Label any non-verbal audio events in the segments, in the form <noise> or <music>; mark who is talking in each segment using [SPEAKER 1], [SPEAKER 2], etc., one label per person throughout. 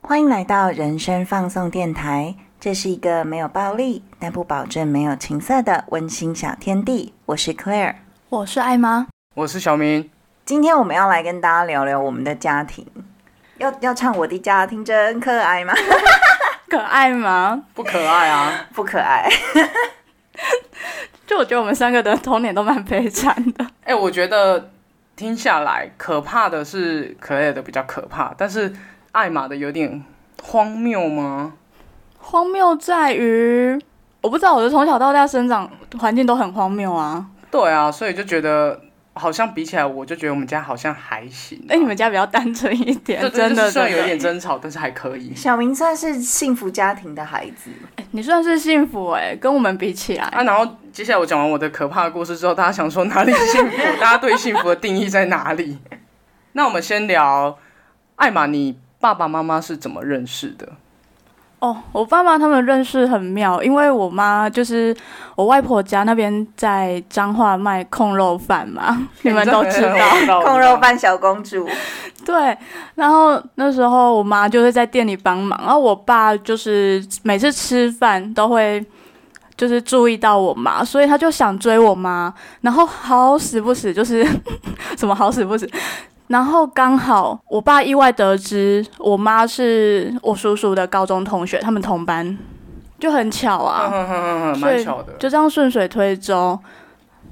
[SPEAKER 1] 欢迎来到人生放送电台，这是一个没有暴力，但不保证没有情色的温馨小天地。我是 Claire，
[SPEAKER 2] 我是爱妈，
[SPEAKER 3] 我是小明。
[SPEAKER 1] 今天我们要来跟大家聊聊我们的家庭。要要唱我的家庭真可爱吗？ <laughs>
[SPEAKER 2] 可爱吗？
[SPEAKER 3] 不可爱
[SPEAKER 2] <laughs>
[SPEAKER 3] 啊，
[SPEAKER 1] 不可爱。
[SPEAKER 2] 就我觉得我们三个的童年都蛮悲惨的。
[SPEAKER 3] 哎、我觉得听下来，可怕的是可爱的比较可怕，但是艾玛的有点荒谬吗？
[SPEAKER 2] <laughs> 荒谬在于，我不知道我的从小到大生长环境都很荒谬啊。
[SPEAKER 3] 对啊，所以就觉得好像比起来，我就觉得我们家好像还行、
[SPEAKER 2] 哎、你们家比较单纯一点
[SPEAKER 3] 这，
[SPEAKER 2] 真
[SPEAKER 3] 真
[SPEAKER 2] 的
[SPEAKER 3] 的虽然
[SPEAKER 2] 真的
[SPEAKER 3] 有点争吵，但是还可以。
[SPEAKER 1] 小明算是幸福家庭的孩子，
[SPEAKER 2] 哎你算是幸福哎、跟我们比起来，
[SPEAKER 3] 啊，然后接下来我讲完我的可怕的故事之后，大家想说哪里
[SPEAKER 2] <laughs>
[SPEAKER 3] 幸福？大家对幸福的定义在哪里？那我们先聊艾玛，你爸爸妈妈是怎么认识的？
[SPEAKER 2] 哦，我爸妈他们认识很妙，因为我妈就是我外婆家那边在彰化卖控肉饭嘛， <laughs> 你们都
[SPEAKER 3] <laughs>
[SPEAKER 2] 知道。
[SPEAKER 3] 道
[SPEAKER 1] 控肉饭小公主，
[SPEAKER 2] 对，然后那时候我妈就会在店里帮忙，然后我爸就是每次吃饭都会就是注意到我妈，所以他就想追我妈，然后好死不死就是 <laughs> 什么好死不死。然后刚好我爸意外得知我妈是我叔叔的高中同学，他们同班，就很巧
[SPEAKER 3] 嗯
[SPEAKER 2] 啊，
[SPEAKER 3] 哼哼哼哼，
[SPEAKER 2] 所
[SPEAKER 3] 蛮
[SPEAKER 2] 以
[SPEAKER 3] 巧的。
[SPEAKER 2] 就这样顺水推舟。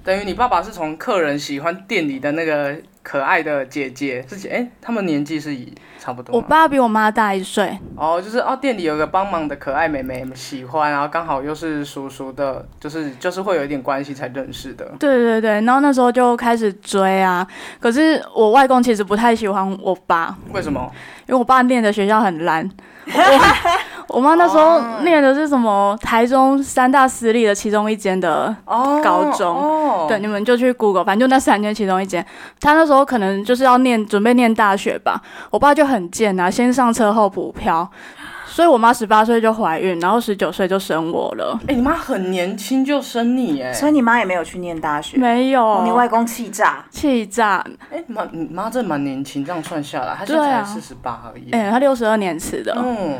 [SPEAKER 3] 等于你爸爸是从客人喜欢店里的那个可爱的姐姐，是姐哎、他们年纪是以差不多
[SPEAKER 2] 我
[SPEAKER 3] 吗。
[SPEAKER 2] 爸比我妈大一岁，
[SPEAKER 3] 哦，就是哦，店里有个帮忙的可爱妹妹喜欢，然后刚好又是叔叔的，就是就是会有一点关系才认识的。
[SPEAKER 2] 对对对，然后那时候就开始追啊。可是我外公其实不太喜欢我爸，
[SPEAKER 3] 为什么？
[SPEAKER 2] 因为我爸念的学校很烂。我我妈那时候念的是什么台中三大私立的其中一间的，
[SPEAKER 3] 哦，
[SPEAKER 2] 高中
[SPEAKER 3] 哦，
[SPEAKER 2] 对，你们就去 Google，反正就那三间其中一间。他那时候可能就是要念准备念大学吧，我爸就很贱啊，先上车后补票，所以我妈十八岁就怀孕，然后十九岁就生我了。
[SPEAKER 3] 哎、你妈很年轻就生你哎，
[SPEAKER 1] 所以你妈也没有去念大学，
[SPEAKER 2] 没
[SPEAKER 1] 哦
[SPEAKER 2] 有，
[SPEAKER 1] 你外公气炸，
[SPEAKER 2] 气炸，
[SPEAKER 3] 哎、你妈你妈真的蛮年轻，这样算下来，她现
[SPEAKER 2] 对
[SPEAKER 3] 在
[SPEAKER 2] 啊
[SPEAKER 3] 才四十八而已。
[SPEAKER 2] 哎、他六十二年次的，
[SPEAKER 3] 嗯，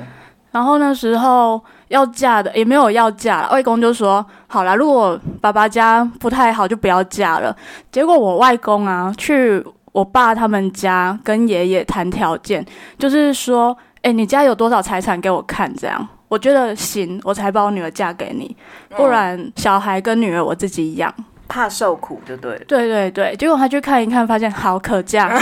[SPEAKER 2] 然后那时候要嫁的也没有要嫁啦，外公就说：“好啦，如果爸爸家不太好，就不要嫁了。”结果我外公啊，去我爸他们家跟爷爷谈条件，就是说：“哎、你家有多少财产给我看？”这样，我觉得行，我才把我女儿嫁给你，
[SPEAKER 3] 嗯
[SPEAKER 2] 不然小孩跟女儿我自己养。
[SPEAKER 1] 怕受苦就对了。
[SPEAKER 2] 对对对，结果他去看一看，发现好可嫁， <laughs>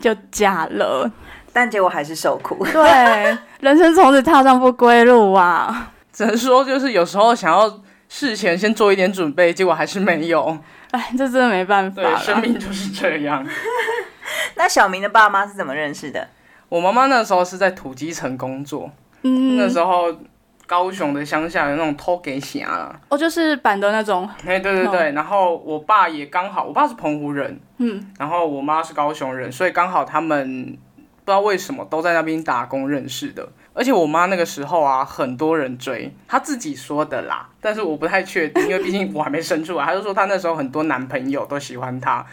[SPEAKER 2] 就嫁了。
[SPEAKER 1] 但结果还是受苦。 <laughs>
[SPEAKER 2] 对，人生从此踏上不归路啊。
[SPEAKER 3] 只能说就是有时候想要事前先做一点准备，结果还是没有。
[SPEAKER 2] 哎，这真的没办法
[SPEAKER 3] 对，
[SPEAKER 2] 了。
[SPEAKER 3] 生命就是这样。
[SPEAKER 1] 那小明的爸妈是怎么认识的？
[SPEAKER 3] <laughs> 我妈妈那时候是在土鸡城工作，
[SPEAKER 2] 嗯，
[SPEAKER 3] 那时候高雄的乡下有那种偷给侠啦，
[SPEAKER 2] 哦，就是板的那种，
[SPEAKER 3] 哎，对对对，然后我爸也刚好，我爸是澎湖人，
[SPEAKER 2] 嗯，
[SPEAKER 3] 然后我妈是高雄人，所以刚好他们不知道为什么都在那边打工认识的。而且我妈那个时候啊，很多人追，她自己说的啦，但是我不太确定，因为毕竟我还没生出来。她就说她那时候很多男朋友都喜欢她，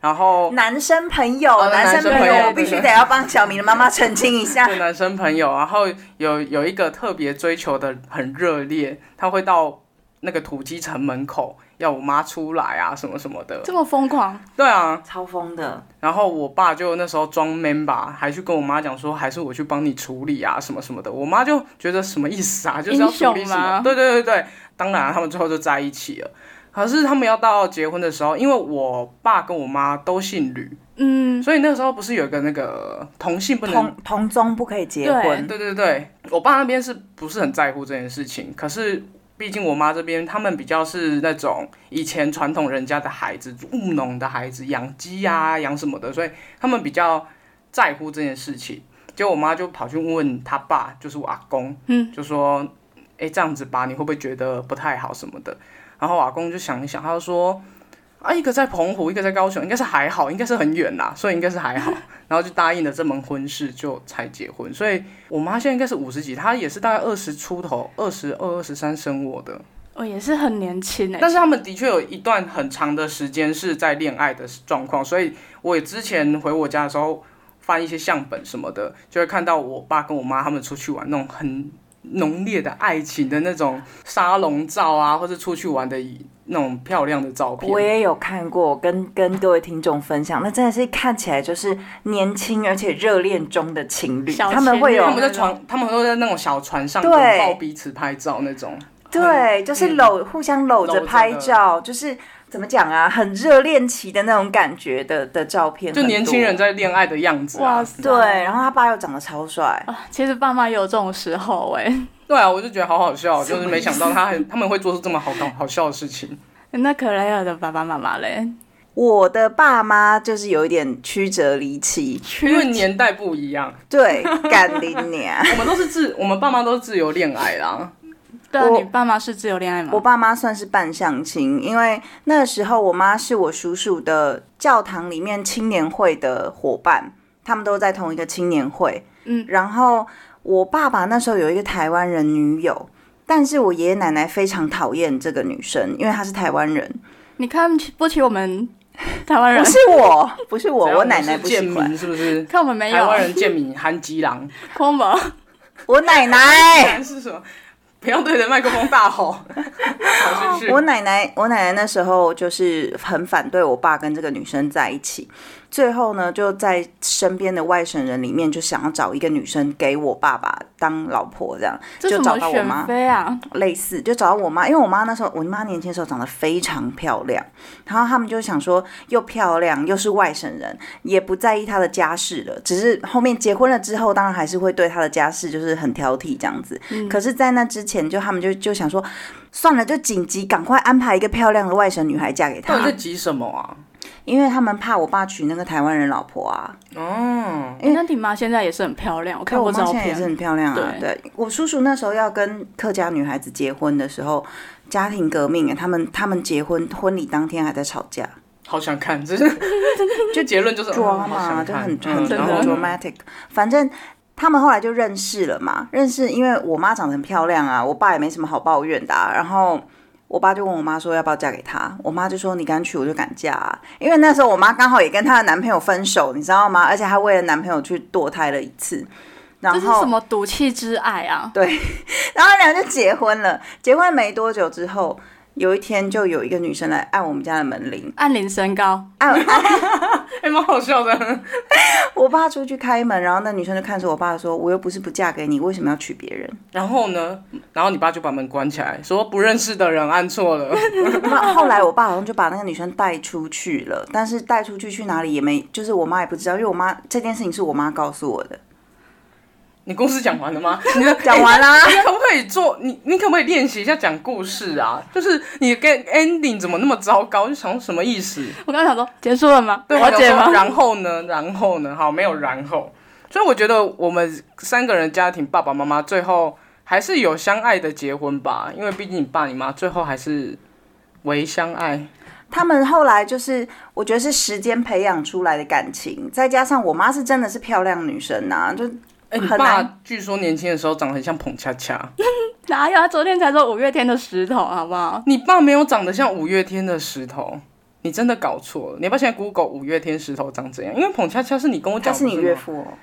[SPEAKER 3] 然后
[SPEAKER 1] 男生朋友，
[SPEAKER 3] 哦
[SPEAKER 1] 男生朋
[SPEAKER 2] 男生朋
[SPEAKER 1] 友，
[SPEAKER 2] 友
[SPEAKER 1] 我必须得要帮小明的妈妈澄清一下
[SPEAKER 2] <laughs>
[SPEAKER 3] 对。男生朋友，然后有有一个特别追求的很热烈，他会到那个土鸡城门口要我妈出来啊，什么什么的。
[SPEAKER 2] 这么疯狂，
[SPEAKER 3] 对啊，
[SPEAKER 1] 超疯的，
[SPEAKER 3] 然后我爸就那时候装 man 吧，还去跟我妈讲说，还是我去帮你处理啊，什么什么的。我妈就觉得什么意思啊，就是要处理
[SPEAKER 2] 英
[SPEAKER 3] 什
[SPEAKER 2] 雄吗
[SPEAKER 3] 么？对对对对，当然啊、他们最后就在一起了。可是他们要到结婚的时候，因为我爸跟我妈都姓吕，
[SPEAKER 2] 嗯，
[SPEAKER 3] 所以那时候不是有一个那个同性不能
[SPEAKER 1] 同同宗不可以结婚，
[SPEAKER 3] 对对对，我爸那边是不是很在乎这件事情？可是毕竟我妈这边，他们比较是那种以前传统人家的孩子，务农的孩子，养鸡呀、养什么的，所以他们比较在乎这件事情。结果我妈就跑去问他爸，就是我阿公，
[SPEAKER 2] 嗯，
[SPEAKER 3] 就说：“哎、这样子吧，你会不会觉得不太好什么的？”然后我阿公就想一想，他就说：“啊，一个在澎湖，一个在高雄，应该是还好，应该是很远啦，所以应该是还好。”然后就答应了这门婚事，就才结婚。所以我妈现在应该是五十几，她也是大概二十出头，二十二、二十三生我的。
[SPEAKER 2] 我哦也是很年轻哎、
[SPEAKER 3] 但是他们的确有一段很长的时间是在恋爱的状况，所以我也之前回我家的时候翻一些相本什么的，就会看到我爸跟我妈他们出去玩那种很浓烈的爱情的那种沙龙照啊，或是出去玩的那种漂亮的照
[SPEAKER 1] 我
[SPEAKER 3] 片。
[SPEAKER 1] 也有看过，跟跟各位听众分享，那真的是看起来就是年轻而且热恋中的情侣，
[SPEAKER 2] 小
[SPEAKER 1] 他们会
[SPEAKER 2] 情侣
[SPEAKER 3] 他
[SPEAKER 1] 有
[SPEAKER 3] 们在船，他们都在那种小船上
[SPEAKER 1] 对
[SPEAKER 3] 拥抱彼此拍照那种。
[SPEAKER 1] 对，就是搂互相搂着
[SPEAKER 3] 搂着
[SPEAKER 1] 拍
[SPEAKER 3] 的
[SPEAKER 1] 照，就是怎么讲啊，很热恋期的那种感觉的的照片，
[SPEAKER 3] 就年轻人。在恋爱的样子、啊。
[SPEAKER 2] 哇塞！
[SPEAKER 1] 对，然后他爸又长得超帅，
[SPEAKER 2] 啊，其实爸妈也有这种时候哎、
[SPEAKER 3] 对啊，我就觉得好好笑，就是没想到他还他们会做出这么好搞好笑的事情。
[SPEAKER 2] <laughs> 那可莱尔的爸爸妈妈嘞？
[SPEAKER 1] 我的爸妈就是有一点曲折离奇，
[SPEAKER 3] 因为年代不一
[SPEAKER 1] <laughs>
[SPEAKER 3] 样，
[SPEAKER 1] 对，干林
[SPEAKER 3] <laughs>
[SPEAKER 1] 娘。
[SPEAKER 3] 我们都是自，我们爸妈都是自由恋爱啦。
[SPEAKER 2] 对啊，
[SPEAKER 1] 我
[SPEAKER 2] 你爸妈是自由恋爱吗？
[SPEAKER 1] 我爸妈算是半相亲，因为那时候我妈是我叔叔的教堂里面青年会的伙伴，他们都在同一个青年会。
[SPEAKER 2] 嗯，
[SPEAKER 1] 然后我爸爸那时候有一个台湾人女友，但是我爷爷奶奶非常讨厌这个女生，因为她是台湾人，
[SPEAKER 2] 你看不起我们台湾人
[SPEAKER 1] 不，是我，不是我，
[SPEAKER 3] 怎样
[SPEAKER 1] 我奶奶
[SPEAKER 3] 嗯你
[SPEAKER 1] 不
[SPEAKER 3] 是贱
[SPEAKER 1] 喜欢
[SPEAKER 3] 民，是不是？
[SPEAKER 2] 看我们没
[SPEAKER 3] 台湾
[SPEAKER 2] 有
[SPEAKER 3] 人贱民，韩吉
[SPEAKER 1] <laughs>
[SPEAKER 3] 郎，
[SPEAKER 2] 空吧？
[SPEAKER 1] 我奶
[SPEAKER 3] 竟
[SPEAKER 1] 奶。
[SPEAKER 3] 然是什么？不要对着麦克风
[SPEAKER 1] <laughs>
[SPEAKER 3] 大吼，跑出去
[SPEAKER 1] 我。奶奶，我奶奶那时候就是很反对我爸跟这个女生在一起，最后呢，就在身边的外省人里面，就想要找一个女生给我爸爸当老婆，这样
[SPEAKER 2] 这
[SPEAKER 1] 就
[SPEAKER 2] 怎
[SPEAKER 1] 找
[SPEAKER 2] 么
[SPEAKER 1] 到我
[SPEAKER 2] 选
[SPEAKER 1] 妈，
[SPEAKER 2] 妃啊？
[SPEAKER 1] 类似就找到我妈，因为我妈那时候，我妈年轻的时候长得非常漂亮，然后他们就想说，又漂亮又是外省人，也不在意她的家世了，只是后面结婚了之后，当然还是会对她的家世就是很挑剔这样子。可是，在那之前，就他们就就想说，算了，就紧急赶快安排一个漂亮的外省女孩嫁给
[SPEAKER 3] 到底在
[SPEAKER 1] 他，
[SPEAKER 3] 急什么啊？
[SPEAKER 1] 因为他们怕我爸娶那个台湾人老婆啊。
[SPEAKER 3] 哦，
[SPEAKER 2] 哎那你妈现在也是很漂亮，我看
[SPEAKER 1] 可我
[SPEAKER 2] 过
[SPEAKER 1] 妈
[SPEAKER 2] 照
[SPEAKER 1] 现在也是
[SPEAKER 2] 片。
[SPEAKER 1] 很漂亮啊。
[SPEAKER 2] 对
[SPEAKER 1] 对我叔叔那时候要跟客家女孩子结婚的时候，家庭革命，他们他们结婚婚礼当天还在吵架，
[SPEAKER 3] 好想看，
[SPEAKER 1] <laughs>
[SPEAKER 3] 这是就结论就是
[SPEAKER 1] 抓
[SPEAKER 3] 嗯好
[SPEAKER 1] 嘛，
[SPEAKER 3] 想
[SPEAKER 1] 就
[SPEAKER 3] 看
[SPEAKER 1] 很
[SPEAKER 3] 嗯
[SPEAKER 1] 很
[SPEAKER 2] 真
[SPEAKER 1] 很
[SPEAKER 2] 的
[SPEAKER 3] 然后就
[SPEAKER 1] dramatic。反正他们后来就认识了嘛，认识，因为我妈长得很漂亮啊，我爸也没什么好抱怨的、啊，然后。我爸就问我妈说要不要嫁给他，我妈就说你敢娶我就敢嫁、啊，因为那时候我妈刚好也跟她的男朋友分手，你知道吗？而且她为了男朋友去堕胎了一次，然
[SPEAKER 2] 这
[SPEAKER 1] 后
[SPEAKER 2] 是什么赌气之爱啊？
[SPEAKER 1] 然后俩就结婚了。结婚没多久之后，有一天就有一个女生来按我们家的门铃，
[SPEAKER 2] 按铃身高，
[SPEAKER 1] 按 <laughs> 按
[SPEAKER 3] 哎，蛮好笑的。
[SPEAKER 1] 我爸出去开门，然后那女生就看着我爸说：“我又不是不嫁给你，为什么要娶别人 <laughs>
[SPEAKER 3] 然后呢，然后你爸就把门关起来，说不认识的人按错
[SPEAKER 1] <laughs>
[SPEAKER 3] 了。？”
[SPEAKER 1] 那后来我爸好像就把那个女生带出去了，但是带出去去哪里也没，就是我妈也不知道，因为我妈这件事情是我妈告诉我的。
[SPEAKER 3] 你故事讲完
[SPEAKER 1] <laughs>
[SPEAKER 3] 了吗？你的
[SPEAKER 1] 讲完啦、
[SPEAKER 3] <laughs> 你可不可以做你？你可不可以练习一下讲故事啊？就是你跟 ending 怎么那么糟糕？就想说什么意思？
[SPEAKER 2] 我刚刚想说结束了吗？
[SPEAKER 3] 对，
[SPEAKER 2] 我要
[SPEAKER 3] 想
[SPEAKER 2] 剪
[SPEAKER 3] 说
[SPEAKER 2] 吗？
[SPEAKER 3] 然后呢？然后呢？好，没有然后。所以我觉得我们三个人家庭，爸爸妈妈最后还是有相爱的结婚吧，因为毕竟你爸你妈最后还是为相爱。
[SPEAKER 1] <laughs> 他们后来就是，我觉得是时间培养出来的感情，再加上我妈是真的是漂亮女生呐、就
[SPEAKER 3] 哎、你
[SPEAKER 1] 很难
[SPEAKER 3] 爸据说年轻的时候长得很像彭恰恰，
[SPEAKER 2] 哪有？他昨天才说五月天的石头，好不好？
[SPEAKER 3] 你爸没有长得像五月天的石头。你真的搞错了，你要不要现在 Google 五月天石头长怎样？因为彭恰恰是你跟我
[SPEAKER 1] 她
[SPEAKER 3] 讲，
[SPEAKER 1] 是你
[SPEAKER 3] 不
[SPEAKER 1] 岳
[SPEAKER 3] 吗
[SPEAKER 1] 父哦。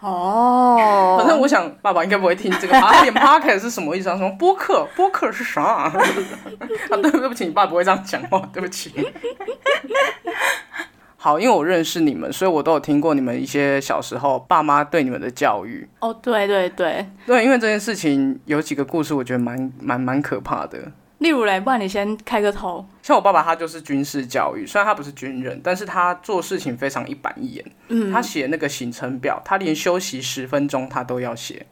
[SPEAKER 2] 哦，
[SPEAKER 3] 反正我想，爸爸应该不会听这个。他连 podcast 是什么意思啊？什么播客？播客是啥啊？ <laughs> 啊，对对不起，你爸不会这样讲话，对不起。 <laughs> 好，因为我认识你们，所以我都有听过你们一些小时候爸妈对你们的教育。
[SPEAKER 2] <laughs> 哦，对对对，
[SPEAKER 3] 对，因为这件事情有几个故事，我觉得蛮蛮蛮可怕的。
[SPEAKER 2] 例如嘞，不然你先开个头。
[SPEAKER 3] 像我爸爸，他就是军事教育，虽然他不是军人，但是他做事情非常一板一眼。
[SPEAKER 2] 嗯，
[SPEAKER 3] 他写那个行程表，他连休息十分钟他都要写。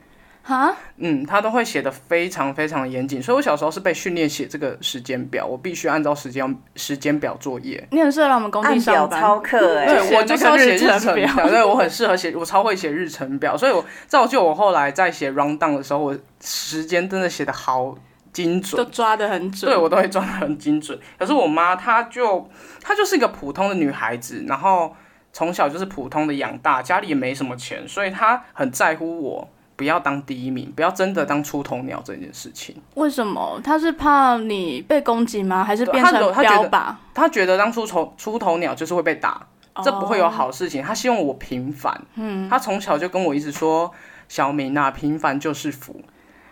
[SPEAKER 2] 哈，
[SPEAKER 3] 嗯，他都会写的非常非常严谨，所以我小时候是被训练写这个时间表，我必须按照时间时间表作业。
[SPEAKER 2] 你很适合来我们工地
[SPEAKER 1] 按表
[SPEAKER 2] 上班。
[SPEAKER 1] 操课哎、
[SPEAKER 2] 就
[SPEAKER 3] 对，
[SPEAKER 2] 写
[SPEAKER 3] 我
[SPEAKER 2] 那
[SPEAKER 3] 就是
[SPEAKER 2] 个
[SPEAKER 3] 要写
[SPEAKER 2] 日程
[SPEAKER 3] 程
[SPEAKER 2] 表
[SPEAKER 3] 对我很适合写，我超会写日程表，所以我造就我后来在写 round down 的时候，我时间真的写的好精准
[SPEAKER 2] 都，抓得很准。
[SPEAKER 3] 对我都会抓得很精准。可是我妈她就她就是一个普通的女孩子，然后从小就是普通的养大，家里也没什么钱，所以她很在乎我不要当第一名，不要真的当出头鸟这件事情。
[SPEAKER 2] 为什么？他是怕你被攻击吗？还是
[SPEAKER 3] 对
[SPEAKER 2] 变
[SPEAKER 3] 他有
[SPEAKER 2] 成
[SPEAKER 3] 他觉
[SPEAKER 2] 标
[SPEAKER 3] 得
[SPEAKER 2] 靶？
[SPEAKER 3] 他觉得当出头出头鸟就是会被打，这不会有好事情。他希望我平凡。嗯，他从小就跟我一直说，小明啊，平凡就是福。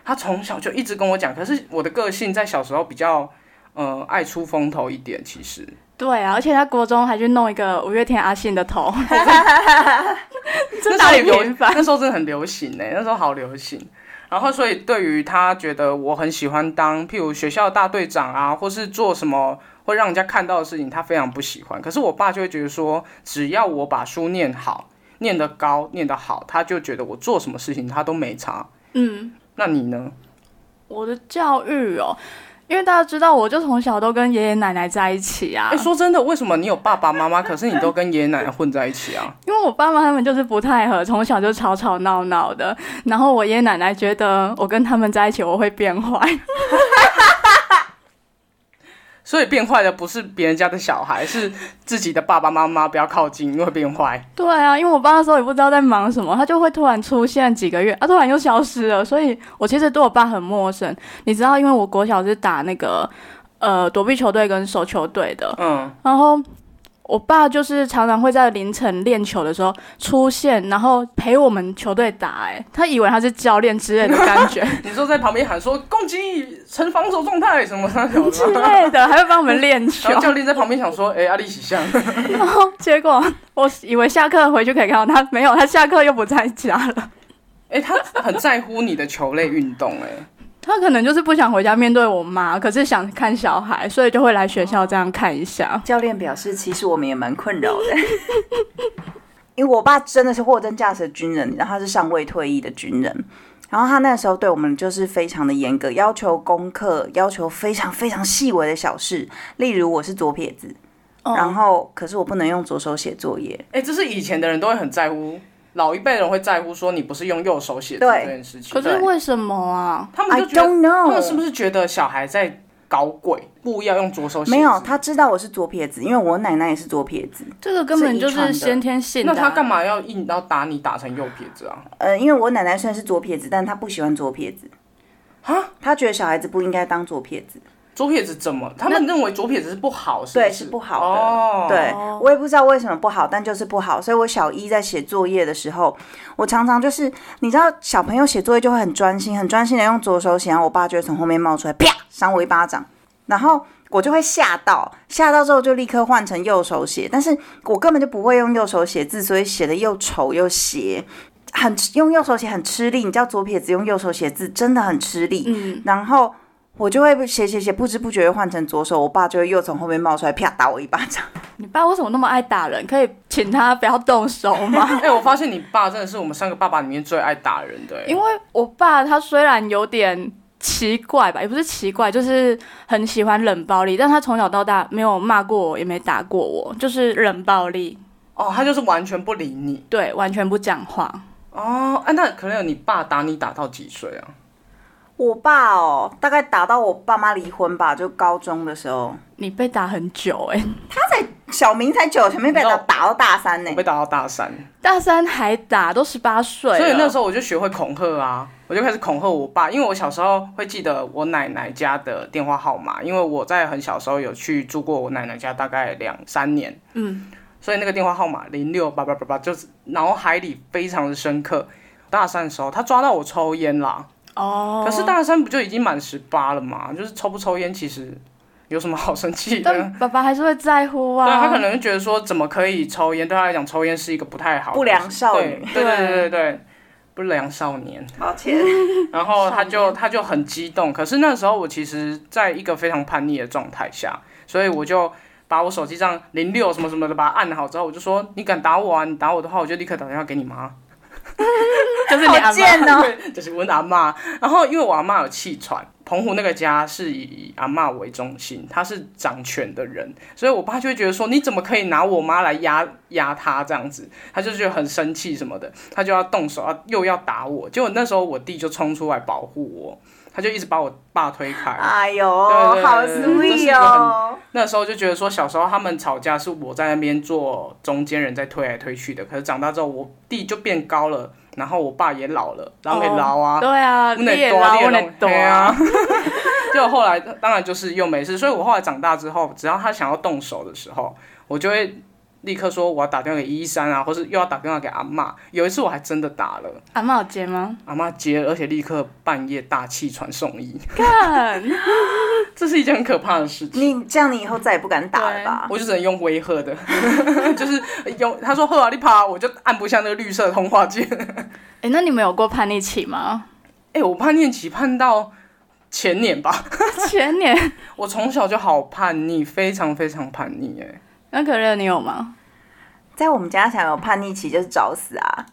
[SPEAKER 3] 他从小就一直跟我讲，可是我的个性在小时候比较，呃，爱出风头一点。其实
[SPEAKER 2] 对啊，而且他国中还去弄一个五月天阿信的
[SPEAKER 3] <laughs>
[SPEAKER 2] 头，这哪
[SPEAKER 3] 那时
[SPEAKER 2] 里
[SPEAKER 3] 候有
[SPEAKER 2] 平凡？
[SPEAKER 3] 那时候真的很流行欸呢、那时候好流行。然后，所以对于他觉得我很喜欢当，譬如学校大队长啊，或是做什么会让人家看到的事情，他非常不喜欢。可是我爸就会觉得说，只要我把书念好、念得高、念得好，他就觉得我做什么事情他都没差。
[SPEAKER 2] 嗯，
[SPEAKER 3] 那你呢？
[SPEAKER 2] 我的教育哦，因为大家知道，我就从小都跟爷爷奶奶在一起啊
[SPEAKER 3] 哎、，说真的，为什么你有爸爸妈妈，可是你都跟爷爷奶奶混在一起啊？
[SPEAKER 2] 因为我爸妈他们就是不太合，从小就吵吵闹闹的，然后我爷爷奶奶觉得我跟他们在一起我会变坏，
[SPEAKER 3] 所以变坏的不是别人家的小孩，是自己的爸爸妈妈不要靠近，因为会变坏。
[SPEAKER 2] <laughs> 对啊，因为我爸那时候也不知道在忙什么，他就会突然出现几个月，啊，突然又消失了，所以我其实对我爸很陌生。你知道，因为我国小是打那个呃躲避球队跟手球队的，
[SPEAKER 3] 嗯，
[SPEAKER 2] 然后我爸就是常常会在凌晨练球的时候出现，然后陪我们球队打、欸，他以为他是教练之类的感觉
[SPEAKER 3] 你说在旁边喊说攻击成防守状态什么那种
[SPEAKER 2] 之
[SPEAKER 3] 的，
[SPEAKER 2] 类的，还会帮我们练球 <laughs>
[SPEAKER 3] 然后，教练在旁边想说，哎、阿力喜像，
[SPEAKER 2] 然后结果我以为下课回去可以看到他，没有，他下课又不在家了。 <laughs>
[SPEAKER 3] 哎、他很在乎你的球类运动、哎，
[SPEAKER 2] 他可能就是不想回家面对我妈，可是想看小孩，所以就会来学校这样看一下。
[SPEAKER 1] 教练表示，其实我们也蛮困扰的。 <laughs> 因为我爸真的是货真价实的军人，然后他是尚未退役的军人，然后他那时候对我们就是非常的严格，要求功课，要求非常非常细微的小事，例如我是左撇子，
[SPEAKER 3] 哦
[SPEAKER 1] 然后可是我不能用左手写作业，
[SPEAKER 3] 哎、这是以前的人都会很在乎，老一辈人会在乎说你不是用右手写字
[SPEAKER 1] 对
[SPEAKER 3] 这件事情，
[SPEAKER 2] 可是为什么啊？
[SPEAKER 3] 他们
[SPEAKER 1] I
[SPEAKER 3] 就觉得
[SPEAKER 1] don't
[SPEAKER 3] 他
[SPEAKER 1] know，
[SPEAKER 3] 们是不是觉得小孩在搞鬼，故意要用左手写字？
[SPEAKER 1] 没有，他知道我是左撇子，因为我奶奶也是左撇子。
[SPEAKER 2] 这个根本就是先天性的
[SPEAKER 3] 那
[SPEAKER 2] 啊、
[SPEAKER 3] 他干嘛要硬要打你打成右撇子啊？
[SPEAKER 1] 呃，因为我奶奶虽然是左撇子，但她不喜欢左撇子。
[SPEAKER 3] 啊？
[SPEAKER 1] 她觉得小孩子不应该当左撇子。
[SPEAKER 3] 左撇子怎么？他们认为左撇子是不好，是
[SPEAKER 1] 对
[SPEAKER 3] 是
[SPEAKER 1] 是不好的
[SPEAKER 3] 哦、
[SPEAKER 1] 对我也不知道为什么不好，但就是不好。所以我小一在写作业的时候，我常常就是，你知道小朋友写作业就会很专心，很专心的用左手写，然后我爸就会从后面冒出来，啪扇我一巴掌，然后我就会吓到，吓到之后就立刻换成右手写，但是我根本就不会用右手写字，所以写的又丑又斜。很用右手写很吃力，你知道左撇子用右手写字真的很吃力。嗯，然后我就会写写写，不知不觉换成左手，我爸就会又从后面冒出来，啪打我一巴掌。
[SPEAKER 2] 你爸为什么那么爱打人？可以请他不要动手吗？
[SPEAKER 3] 哎、我发现你爸真的是我们三个爸爸里面最爱打人的、哎
[SPEAKER 2] <laughs> 因为我爸他虽然有点奇怪吧，也不是奇怪，就是很喜欢冷暴力，但他从小到大没有骂过我，也没打过我，就是冷暴力，
[SPEAKER 3] 哦，他就是完全不理你
[SPEAKER 2] 对，完全不讲话。
[SPEAKER 3] 哦。哎、那可能有你爸打你打到几岁啊？
[SPEAKER 1] 我爸哦，大概打到我爸妈离婚吧，就高中的时候，
[SPEAKER 2] 你被打很久哎、
[SPEAKER 1] 小明才九，小明被打打到大三呢、
[SPEAKER 2] 哎
[SPEAKER 3] 我被打到大三，
[SPEAKER 2] 大三还打，都十八岁了，
[SPEAKER 3] 所以那时候我就学会恐吓啊，我就开始恐吓我爸，因为我小时候会记得我奶奶家的电话号码，因为我在很小时候有去住过我奶奶家大概两三年，
[SPEAKER 2] 嗯，
[SPEAKER 3] 所以那个电话号码零六八八八八就是脑海里非常的深刻。大三的时候，他抓到我抽烟啦，
[SPEAKER 2] 哦，
[SPEAKER 3] 可是大三不就已经满十八了嘛？就是抽不抽烟其实有什么好生气的？
[SPEAKER 2] 但爸爸还是会在乎啊。
[SPEAKER 3] 对他可能觉得说，怎么可以抽烟？对他来讲，抽烟是一个不太好的
[SPEAKER 1] 不良少
[SPEAKER 3] 对
[SPEAKER 1] 女
[SPEAKER 3] 对对
[SPEAKER 2] 对
[SPEAKER 3] 对
[SPEAKER 1] <laughs>
[SPEAKER 3] 对对，不良少年。
[SPEAKER 1] 抱歉，
[SPEAKER 3] <laughs> 然后他就他就很激动，可是那时候我其实在一个非常叛逆的状态下，所以我就把我手机上零六什么什么的把它按好之后，我就说：“你敢打我啊？你打我的话，我就立刻打电话给你妈。”
[SPEAKER 2] <laughs> 就是你阿
[SPEAKER 1] 好
[SPEAKER 2] 嬷
[SPEAKER 1] 贱哦！
[SPEAKER 3] 对， <laughs> 就是我的阿妈。然后因为我阿妈有气喘，澎湖那个家是以阿妈为中心，她是掌权的人，所以我爸就会觉得说，你怎么可以拿我妈来压压她这样子？他就觉得很生气什么的，他就要动手，要又要打我。结果那时候我弟就冲出来保护我，他就一直把我爸推开。
[SPEAKER 1] 哎呦，
[SPEAKER 3] 对对对
[SPEAKER 1] 好
[SPEAKER 3] 这是一
[SPEAKER 1] sweet
[SPEAKER 3] 个很
[SPEAKER 1] 哦！
[SPEAKER 3] 那时候就觉得说，小时候他们吵架是我在那边做中间人在推来推去的，可是长大之后我弟就变高了，然后我爸也老了，然后也老啊，
[SPEAKER 2] 哦对啊，
[SPEAKER 3] 我
[SPEAKER 2] 你
[SPEAKER 3] 得
[SPEAKER 2] 也
[SPEAKER 3] 多啊
[SPEAKER 2] 老，我
[SPEAKER 3] 你
[SPEAKER 2] 得
[SPEAKER 3] 也老
[SPEAKER 2] 多
[SPEAKER 3] 嘿啊。就后来当然就是又没事，所以我后来长大之后，只要他想要动手的时候，我就会立刻说我要打电话给医生啊，或是又要打电话给阿嬷。有一次我还真的打了，
[SPEAKER 2] 阿妈有接吗？
[SPEAKER 3] 阿嬷接了，而且立刻半夜大气喘送医， <laughs>
[SPEAKER 2] 看， <laughs>
[SPEAKER 3] 这是一件很可怕的事情。
[SPEAKER 1] 你这样，你以后再也不敢打了吧？
[SPEAKER 3] 我就只能用威吓的， <laughs> 就是用他说“赫啊，你爬”，我就按不下那个绿色通话键。 <laughs>
[SPEAKER 2] 哎，那你们有过叛逆期吗？ <laughs>
[SPEAKER 3] 哎、我叛逆期叛到前年吧，
[SPEAKER 2] 前年
[SPEAKER 3] 我从小就好叛逆，非常非常叛逆、哎，
[SPEAKER 2] 那可乐你有吗？
[SPEAKER 1] 在我们家想有叛逆期就是找死啊！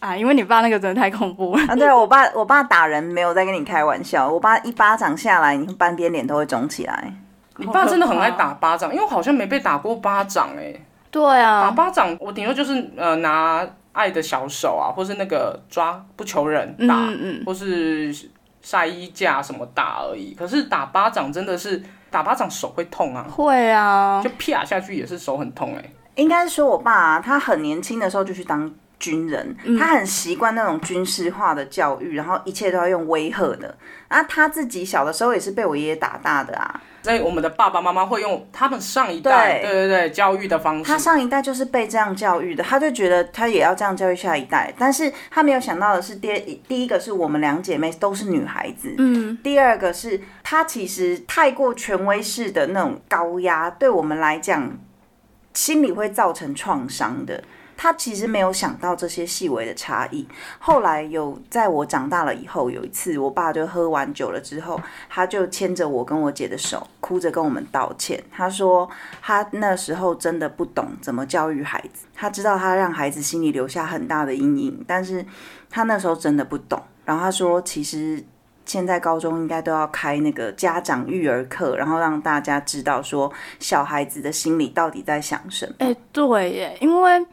[SPEAKER 2] 啊，因为你爸那个真的太恐怖了。
[SPEAKER 1] 啊，对啊，我爸我爸打人没有在跟你开玩笑，我爸一巴掌下来，你半边脸都会肿起来。
[SPEAKER 3] 你
[SPEAKER 2] 好
[SPEAKER 3] 爸
[SPEAKER 2] 可
[SPEAKER 3] 真的很爱
[SPEAKER 2] 怕
[SPEAKER 3] 打巴掌，因为我好像没被打过巴掌、哎、
[SPEAKER 2] 对
[SPEAKER 3] 打
[SPEAKER 2] 啊，
[SPEAKER 3] 巴掌我顶多就是呃拿爱的小手啊，或是那个抓不求人
[SPEAKER 2] 嗯
[SPEAKER 3] 打，
[SPEAKER 2] 嗯，
[SPEAKER 3] 或是晒衣架什么打而已。可是打巴掌真的是打巴掌手会痛啊，
[SPEAKER 2] 会啊
[SPEAKER 3] 就，啪下去也是手很痛、哎。
[SPEAKER 1] 应该是说我爸、啊、他很年轻的时候就去当军人，他很习惯那种军事化的教育，然后一切都要用威吓的。啊，他自己小的时候也是被我爷爷打大的啊，
[SPEAKER 3] 所以我们的爸爸妈妈会用他们上一代，
[SPEAKER 1] 对
[SPEAKER 3] 对对对，教育的方式。
[SPEAKER 1] 他上一代就是被这样教育的，他就觉得他也要这样教育下一代。但是他没有想到的是，第第一个是我们两姐妹都是女孩子，
[SPEAKER 2] 嗯，
[SPEAKER 1] 第二个是他其实太过权威式的那种高压，对我们来讲，心里会造成创伤的。他其实没有想到这些细微的差异。后来有在我长大了以后，有一次我爸就喝完酒了之后，他就牵着我跟我姐的手，哭着跟我们道歉。他说他那时候真的不懂怎么教育孩子，他知道他让孩子心里留下很大的阴影，但是他那时候真的不懂。然后他说，其实现在高中应该都要开那个家长育儿课，然后让大家知道说小孩子的心里到底在想什么。
[SPEAKER 2] 哎、对耶，因为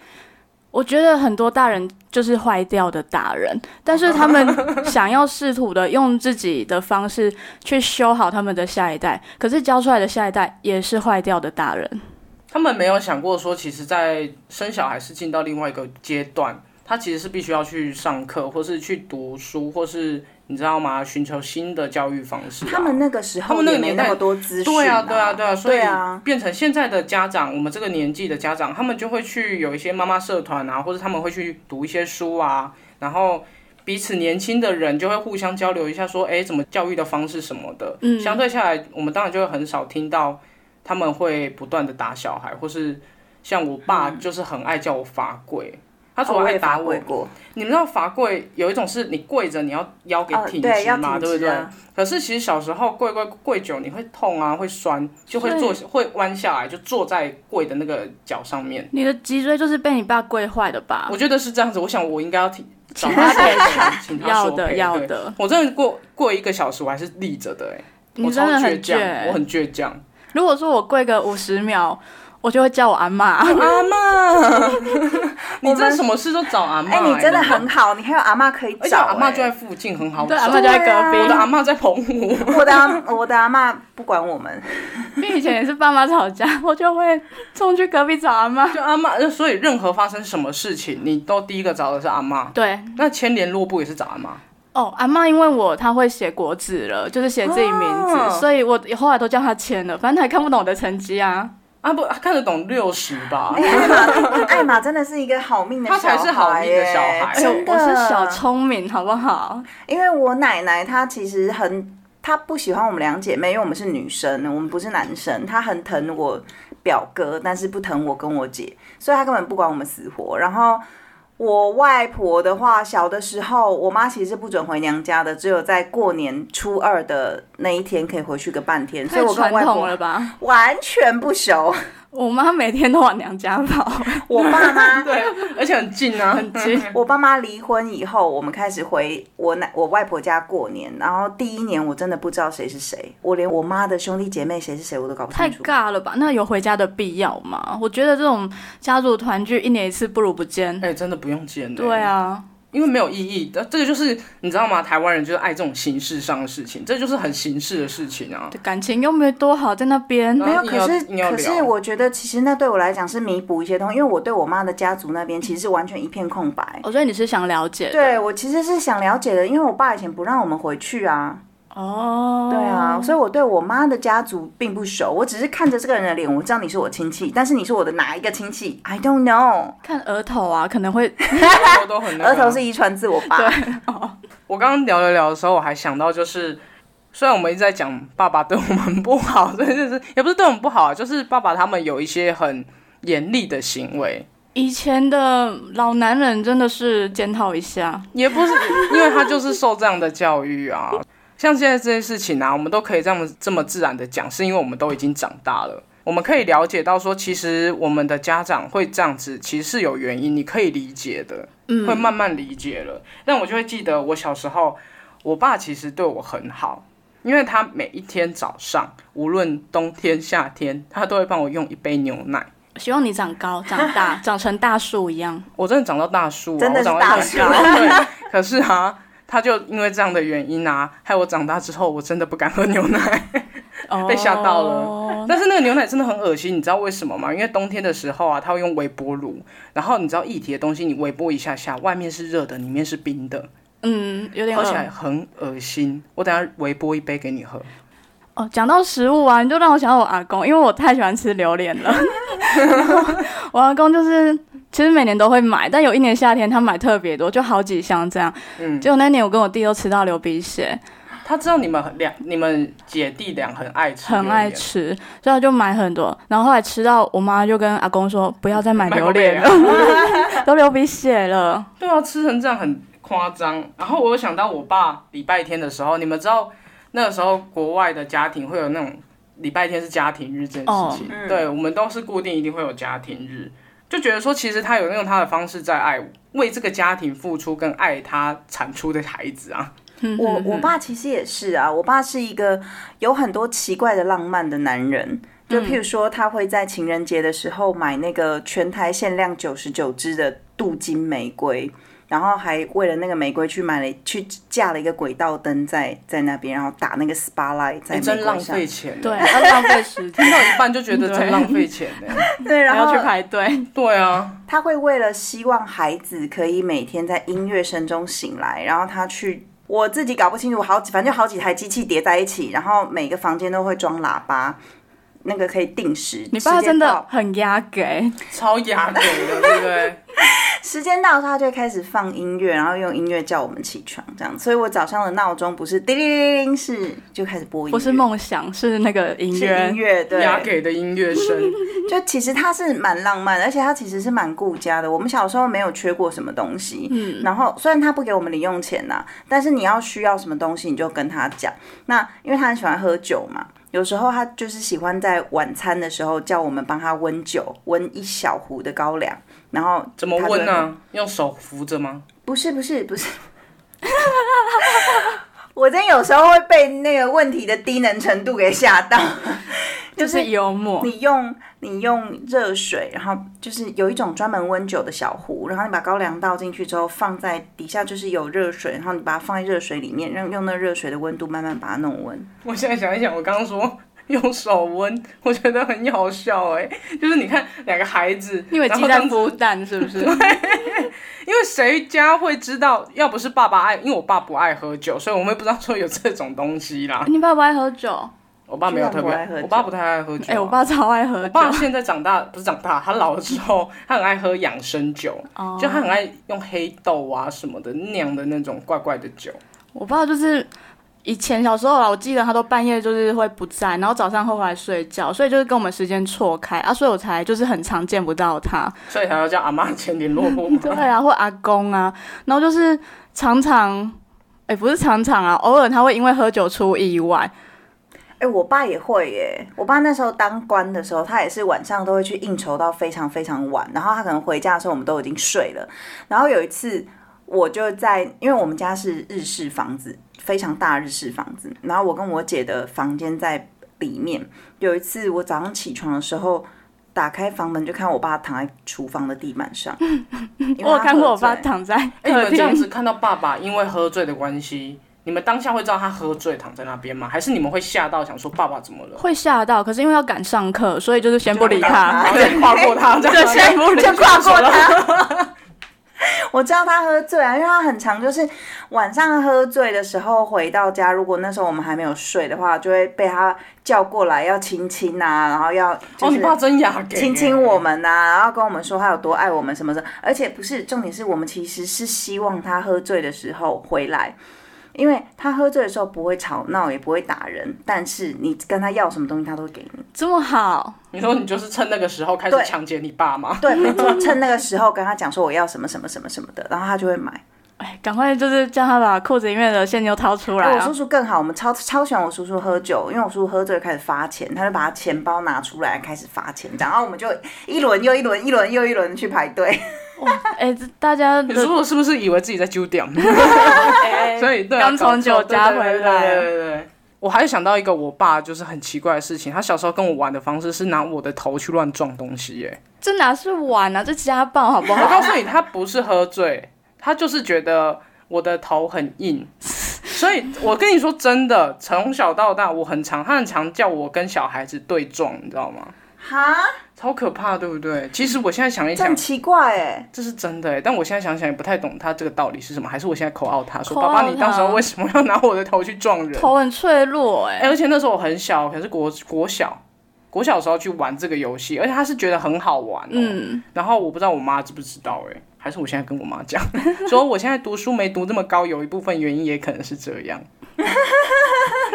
[SPEAKER 2] 我觉得很多大人就是坏掉的大人，但是他
[SPEAKER 3] <laughs>
[SPEAKER 2] 们想要试图的用自己的方式去修好他们的下一代，可是教出来的下一代也是坏掉的大人。
[SPEAKER 3] 他们没有想过说，其实，在生小孩是进到另外一个阶段，他其实是必须要去上课，或是去读书，或是你知道吗？寻求新的教育方式啊、
[SPEAKER 1] 他们那个时候
[SPEAKER 3] 他们那个
[SPEAKER 1] 也没
[SPEAKER 3] 年代
[SPEAKER 1] 那么多资讯、
[SPEAKER 3] 对啊，对啊，对啊，所以
[SPEAKER 1] 对啊
[SPEAKER 3] 变成现在的家长，我们这个年纪的家长，他们就会去有一些妈妈社团啊，或者他们会去读一些书啊，然后彼此年轻的人就会互相交流一下，说，哎，怎么教育的方式什么的。
[SPEAKER 2] 嗯
[SPEAKER 3] 相对下来，我们当然就会很少听到他们会不断的打小孩，或是像我爸就是很爱叫我罚跪，他除
[SPEAKER 1] 哦
[SPEAKER 3] 了
[SPEAKER 1] 我
[SPEAKER 3] 爱
[SPEAKER 1] 也
[SPEAKER 3] 打
[SPEAKER 1] 罚
[SPEAKER 3] 我
[SPEAKER 1] 跪，过，
[SPEAKER 3] 你们知道罚跪有一种是你跪着，你要腰给
[SPEAKER 1] 哦
[SPEAKER 3] 挺
[SPEAKER 1] 对
[SPEAKER 3] 直
[SPEAKER 1] 要
[SPEAKER 3] 嘛，
[SPEAKER 1] 挺
[SPEAKER 3] 对不
[SPEAKER 1] 直
[SPEAKER 3] 对？
[SPEAKER 1] 啊
[SPEAKER 3] 可是其实小时候跪跪跪久，你会痛啊，会酸，就会坐会弯下来，就坐在跪的那个脚上面。
[SPEAKER 2] 你的脊椎就是被你爸跪坏的吧
[SPEAKER 3] 我？觉得是这样子，我想我应该要挺
[SPEAKER 2] <laughs>
[SPEAKER 3] 找
[SPEAKER 2] 请他
[SPEAKER 3] 他
[SPEAKER 2] 赔
[SPEAKER 3] 赔，请他
[SPEAKER 2] 要
[SPEAKER 3] 说
[SPEAKER 2] 的
[SPEAKER 3] 赔。
[SPEAKER 2] 要
[SPEAKER 3] 对
[SPEAKER 2] 的，
[SPEAKER 3] 我真的过过一个小时，我还是立着的哎、
[SPEAKER 2] 你
[SPEAKER 3] 我
[SPEAKER 2] 真
[SPEAKER 3] 超
[SPEAKER 2] 的很
[SPEAKER 3] 倔强，我
[SPEAKER 2] 倔。
[SPEAKER 3] 很倔强。
[SPEAKER 2] 如果说我跪个五十秒，我就会叫我阿妈。
[SPEAKER 3] 阿妈，你
[SPEAKER 1] 我
[SPEAKER 3] 真
[SPEAKER 1] 们
[SPEAKER 3] 的什么事都找阿妈、欸
[SPEAKER 1] 哎、你真的
[SPEAKER 3] 你
[SPEAKER 1] 很好，你还有阿妈可以
[SPEAKER 3] 而且
[SPEAKER 1] 找、
[SPEAKER 3] 我阿妈
[SPEAKER 1] 哎 <laughs>
[SPEAKER 3] 就在附近，很好
[SPEAKER 2] 欸对，
[SPEAKER 3] 找
[SPEAKER 2] 阿。妈就在隔壁。
[SPEAKER 3] 我的阿妈在澎湖，
[SPEAKER 1] 我的阿我的阿妈不管我
[SPEAKER 3] <laughs>
[SPEAKER 1] 们，
[SPEAKER 2] <laughs> 因为以前也是爸妈吵架，我就会冲去隔壁找阿妈。
[SPEAKER 3] 就阿妈，呃所以任何发生什么事情，你都第一个找的是阿妈。
[SPEAKER 2] 对，
[SPEAKER 3] 那牵连落布也是找阿妈，
[SPEAKER 2] 哦，阿妈因为我她会写国字了，就是写自己名字，
[SPEAKER 3] 哦
[SPEAKER 2] 所以我后来都叫她签了，反正她也看不懂我的成绩啊。
[SPEAKER 3] 啊不看得懂六十
[SPEAKER 2] <laughs>
[SPEAKER 3] 吧
[SPEAKER 1] 哎、？艾玛艾玛真的是一个好命的小
[SPEAKER 3] 她
[SPEAKER 1] 孩、
[SPEAKER 3] 才是好命的小孩
[SPEAKER 1] 哎
[SPEAKER 2] 哎呦，
[SPEAKER 1] 真的，
[SPEAKER 2] 我是小聪明，好不好？
[SPEAKER 1] 因为我奶奶她其实很，她不喜欢我们两姐妹，因为我们是女生，我们不是男生。她很疼我表哥，但是不疼我跟我姐，所以她根本不管我们死活。然后我外婆的话，小的时候我妈其实是不准回娘家的，只有在过年初二的那一天可以回去个半天，所以
[SPEAKER 2] 太
[SPEAKER 1] 我跟
[SPEAKER 2] 传
[SPEAKER 1] 我外
[SPEAKER 2] 统
[SPEAKER 1] 婆
[SPEAKER 2] 了吧？
[SPEAKER 1] 完全不熟。
[SPEAKER 2] 我妈每天都往娘家
[SPEAKER 1] <laughs>
[SPEAKER 2] 跑，
[SPEAKER 1] 我爸妈
[SPEAKER 3] 对，而且很近啊。
[SPEAKER 2] 很急。
[SPEAKER 1] 我爸妈离婚以后，我们开始回我奶我外婆家过年。然后第一年我真的不知道谁是谁，我连我妈的兄弟姐妹谁是谁我都搞不
[SPEAKER 2] 太
[SPEAKER 1] 清楚。
[SPEAKER 2] 尬了吧？那有回家的必要吗？我觉得这种家族团聚一年一次不如不见。
[SPEAKER 3] 哎、真的不用见、欸。
[SPEAKER 2] 对，啊，
[SPEAKER 3] 因为没有意义的，这个就是你知道吗？台湾人就是爱这种形式上的事情，这就是很形式的事情
[SPEAKER 2] <laughs>
[SPEAKER 3] 啊。
[SPEAKER 2] 感情又没多好，在那边
[SPEAKER 3] 然
[SPEAKER 1] 没有，
[SPEAKER 3] 后硬要
[SPEAKER 1] 可是
[SPEAKER 3] 硬要
[SPEAKER 1] 可是
[SPEAKER 3] 聊
[SPEAKER 1] 我觉得其实那对我来讲是弥补一些东西，因为我对我妈的家族那边其实是完全一片空白。
[SPEAKER 2] 我觉得哦你是想了解的，
[SPEAKER 1] 对我其实是想了解的，因为我爸以前不让我们回去啊，
[SPEAKER 2] 哦，
[SPEAKER 1] 对啊，所以我对我妈的家族并不熟，我只是看着这个人的脸，我知道你是我亲戚，但是你是我的哪一个亲戚？I don't know。
[SPEAKER 2] 看额头啊，可能会 <laughs>
[SPEAKER 3] 我都很那个啊
[SPEAKER 1] 额头是遗传自我爸，
[SPEAKER 3] 我刚刚聊了聊的时候，我还想到就是，虽然我们一直在讲爸爸对我们不好， <laughs> 但是也不是对我们不好啊，就是爸爸他们有一些很严厉的行为，
[SPEAKER 2] 以前的老男人真的是检讨一下，
[SPEAKER 3] 也不是因为他就是受这样的教育啊。像现在这些事情啊，我们都可以这么这么自然的讲，是因为我们都已经长大了。我们可以了解到说，其实我们的家长会这样子，其实是有原因，你可以理解的。
[SPEAKER 2] 嗯，
[SPEAKER 3] 会慢慢理解了。但我就会记得我小时候，我爸其实对我很好，因为他每一天早上，无论冬天夏天，他都会帮我用一杯牛奶。
[SPEAKER 2] 希望你长高、长
[SPEAKER 3] <laughs>
[SPEAKER 2] 大、长成大树一样。
[SPEAKER 3] 我真的长到大树、啊，
[SPEAKER 1] 真的是
[SPEAKER 3] 我长到
[SPEAKER 1] 大
[SPEAKER 3] 一百高对， <laughs> 可是啊，他就因为这样的原因啊，害我长大之后，我真的不敢喝牛奶。
[SPEAKER 2] 哦
[SPEAKER 3] 被吓到了。但是那个牛奶真的很恶心，你知道为什么吗？因为冬天的时候啊，它会用微波炉，然后你知道液体的东西，你微波一下下，外面是热的，里面是冰的，
[SPEAKER 2] 嗯，有点
[SPEAKER 3] 喝
[SPEAKER 2] 恶
[SPEAKER 3] 起来很恶心。我等下微波一杯给你喝。
[SPEAKER 2] 哦，讲到食物啊，你就让我想到我阿公，因为我太喜欢吃榴莲
[SPEAKER 3] <laughs>
[SPEAKER 2] 了。然后我阿公就是，其实每年都会买，但有一年夏天他买特别多，就好几箱这样。
[SPEAKER 3] 嗯
[SPEAKER 2] 结果那年我跟我弟都吃到流鼻血，
[SPEAKER 3] 他知道你们两你们姐弟俩很爱吃，
[SPEAKER 2] 很爱。吃，所以他就买很多。然后后来吃到我妈就跟阿公说，不要再买
[SPEAKER 3] 买
[SPEAKER 2] 榴
[SPEAKER 3] 过
[SPEAKER 2] 莲
[SPEAKER 3] 榴
[SPEAKER 2] 了， <laughs> 都流鼻血 <laughs> 了。
[SPEAKER 3] 对啊，吃成这样很夸张。然后我有想到我爸礼拜天的时候，你们知道那个时候国外的家庭会有那种礼拜天是家庭日这件事情，
[SPEAKER 1] 哦嗯
[SPEAKER 3] 对我们都是固定一定会有家庭日，就觉得说其实他有用他的方式在爱我，为这个家庭付出跟爱他产出的孩子啊。
[SPEAKER 2] 嗯
[SPEAKER 1] 我我爸其实也是啊，我爸是一个有很多奇怪的浪漫的男人。就
[SPEAKER 3] 嗯
[SPEAKER 1] 譬如说，他会在情人节的时候买那个全台限量九十九支的镀金玫瑰，然后还为了那个玫瑰去买了去架了一个轨道灯在在那边，然后打那个 spotlight 在
[SPEAKER 3] 哎，真
[SPEAKER 1] 玫
[SPEAKER 3] 浪
[SPEAKER 1] 瑰上。
[SPEAKER 3] 费钱，
[SPEAKER 2] 对，，要浪费时间， <laughs>
[SPEAKER 3] 听到一半就觉得真浪费钱呢。
[SPEAKER 1] 对，然
[SPEAKER 2] 还要
[SPEAKER 1] 后
[SPEAKER 2] 去排队。
[SPEAKER 3] 对啊，
[SPEAKER 1] 他会为了希望孩子可以每天在音乐声中醒来，然后他去。我自己搞不清楚，好几反正就好几台机器叠在一起，然后每个房间都会装喇叭，那个可以定时。
[SPEAKER 2] 你爸
[SPEAKER 1] 时间
[SPEAKER 2] 真的
[SPEAKER 1] 到
[SPEAKER 2] 很压给，
[SPEAKER 3] 超雅典的，对不对？
[SPEAKER 1] 时间到，他就会开始放音乐，然后用音乐叫我们起床，这样。所以我早上的闹钟不是叮铃铃铃，是就开始播音乐，
[SPEAKER 2] 不是梦想，是那个音
[SPEAKER 1] 是
[SPEAKER 2] 乐
[SPEAKER 1] 音。乐， <laughs> 对，
[SPEAKER 3] 雅给的音乐声，
[SPEAKER 1] 就其实他是蛮浪漫的，而且他其实是蛮顾家的。我们小时候没有缺过什么东西，嗯，然后虽然他不给我们零用钱呐、但是你要需要什么东西你就跟他讲。那因为他很喜欢喝酒嘛，有时候他就是喜欢在晚餐的时候叫我们帮他温酒，温一小壶的高粱，然后
[SPEAKER 3] 怎么
[SPEAKER 1] 他就
[SPEAKER 3] 问呢、啊？用手扶着吗？
[SPEAKER 1] 不是不是不 <laughs> 是。我真有时候会被那个问题的低能程度给吓到， <laughs>
[SPEAKER 2] 就是幽默。
[SPEAKER 1] 你用你用热水，然后就是有一种专门温酒的小壶，然后你把高粱倒进去之后，放在底下就是有热水，然后你把它放在热水里面，让用那热水的温度慢慢把它弄温。
[SPEAKER 3] <laughs> 我现在想一想，我刚刚说 <laughs> 用手温，我觉得很好笑哎、就是你看两个孩子，
[SPEAKER 2] 因为
[SPEAKER 3] 然
[SPEAKER 2] 鸡
[SPEAKER 3] 后这
[SPEAKER 2] 蛋
[SPEAKER 3] 样子
[SPEAKER 2] 孵蛋是不是？
[SPEAKER 3] 因为谁家会知道？要不是爸爸爱，因为我爸不爱喝酒，所以我们也不知道说有这种东西
[SPEAKER 2] <laughs>
[SPEAKER 3] 啦。
[SPEAKER 2] 你爸不爱喝酒？啊
[SPEAKER 3] 我爸没有特
[SPEAKER 1] 居然不爱喝
[SPEAKER 3] 别，
[SPEAKER 1] 酒
[SPEAKER 3] 我爸不太爱喝酒、啊
[SPEAKER 2] 哎、我。爸超爱喝
[SPEAKER 3] 我
[SPEAKER 2] 酒。
[SPEAKER 3] 爸现在长大不是长大，他老了之后， <laughs> 他很爱喝养生酒，
[SPEAKER 2] 哦
[SPEAKER 3] 就他很爱用黑豆啊什么的酿的那种怪怪的酒。
[SPEAKER 2] 我爸就是以前小时候啦，我记得他都半夜就是会不在，然后早上会回来睡觉，所以就是跟我们时间错开啊，所以我才就是很常见不到他。
[SPEAKER 3] 所以才要叫阿妈签联络簿嘛。
[SPEAKER 2] 对啊，或阿公啊，然后就是常常，哎、不是常常啊，偶尔他会因为喝酒出意外。
[SPEAKER 1] 哎、我爸也会耶，我爸那时候当官的时候，他也是晚上都会去应酬到非常非常晚，然后他可能回家的时候我们都已经睡了，然后有一次。我就在，因为我们家是日式房子，非常大的日式房子。然后我跟我姐的房间在里面。有一次我早上起床的时候，打开房门就看我爸躺在厨房的地板
[SPEAKER 2] <laughs>
[SPEAKER 1] 上。因为
[SPEAKER 2] 我有
[SPEAKER 1] 他
[SPEAKER 2] 看过
[SPEAKER 1] 喝
[SPEAKER 2] 我爸
[SPEAKER 1] 醉
[SPEAKER 2] 躺在
[SPEAKER 3] 哎、你
[SPEAKER 2] 客
[SPEAKER 3] 们这样
[SPEAKER 2] 厅，
[SPEAKER 3] 子看到爸爸因为喝醉的关系，你们当下会知道他喝醉躺在那边吗？还是你们会吓到想说爸爸怎么了？
[SPEAKER 2] 会吓到。可是因为要赶上课，所以就是先不理
[SPEAKER 3] 就赶
[SPEAKER 2] 他。
[SPEAKER 3] 然后再跨过他，这
[SPEAKER 2] 对
[SPEAKER 3] 样
[SPEAKER 2] 先不理
[SPEAKER 1] 就跨过
[SPEAKER 3] 了。
[SPEAKER 1] 他。我知道他喝醉啊，因为他很常就是晚上喝醉的时候回到家，如果那时候我们还没有睡的话，就会被他叫过来要亲亲啊，然后要
[SPEAKER 3] 哦，
[SPEAKER 1] 就
[SPEAKER 3] 你
[SPEAKER 1] 是
[SPEAKER 3] 爸真雅给，
[SPEAKER 1] 亲亲我们呐、啊，然后跟我们说他有多爱我们什么的。而且不是重点是我们其实是希望他喝醉的时候回来，因为他喝醉的时候不会吵闹，也不会打人，但是你跟他要什么东西他都会给你。
[SPEAKER 2] 这么好，
[SPEAKER 3] 你说你就是趁那个时候开始
[SPEAKER 1] 对
[SPEAKER 3] 抢劫你爸吗？
[SPEAKER 1] 对，没错，趁那个时候跟他讲说我要什么什么什么什么的，然后他就会买。
[SPEAKER 2] 哎，赶快就是叫他把裤子里面的现金都掏出来、
[SPEAKER 1] 哎我
[SPEAKER 2] 啊
[SPEAKER 1] 叔。叔更好，我们超超喜欢我叔叔喝酒，因为我叔叔喝醉开始发钱，他就把他钱包拿出来开始发钱，然后我们就一轮又一轮，一轮又一轮去排队。
[SPEAKER 2] 哎、这大家
[SPEAKER 3] 你
[SPEAKER 2] 的
[SPEAKER 3] 说我是不是以为自己在酒店？
[SPEAKER 2] <laughs> 哎
[SPEAKER 3] <laughs> 所以对啊，
[SPEAKER 2] 刚从酒家
[SPEAKER 3] 搞错
[SPEAKER 2] 回来
[SPEAKER 3] 对对对对对对我还想到一个我爸就是很奇怪的事情，他小时候跟我玩的方式是拿我的头去乱撞东西耶。
[SPEAKER 2] 这哪是玩啊，这家暴好不
[SPEAKER 3] 我告
[SPEAKER 2] 好？
[SPEAKER 3] 诉你，他不是喝醉，他就是觉得我的头很硬。所以，我跟你说真的，从小到大，我很常，他很常叫我跟小孩子对撞，你知道吗？
[SPEAKER 1] 哈，
[SPEAKER 3] 超可怕，对不对？其实我现在想一
[SPEAKER 1] 这很
[SPEAKER 3] 想，
[SPEAKER 1] 奇怪哎、
[SPEAKER 3] 这是真的欸，但我现在想想也不太懂他这个道理是什么，还是我现在口傲他说，
[SPEAKER 2] 口
[SPEAKER 3] 爸
[SPEAKER 2] 号
[SPEAKER 3] 爸，你
[SPEAKER 2] 他
[SPEAKER 3] 当时候为什么要拿我的头去撞人？
[SPEAKER 2] 头很脆弱哎、
[SPEAKER 3] 哎、而且那时候我很小，可能是国国小，国小的时候去玩这个游戏，而且他是觉得很好玩、嗯，
[SPEAKER 2] 嗯，
[SPEAKER 3] 然后我不知道我妈知不知道、哎，还是我现在跟我妈讲， <laughs> 说我现在读书没读这么高，有一部分原因也可能是这样， <laughs>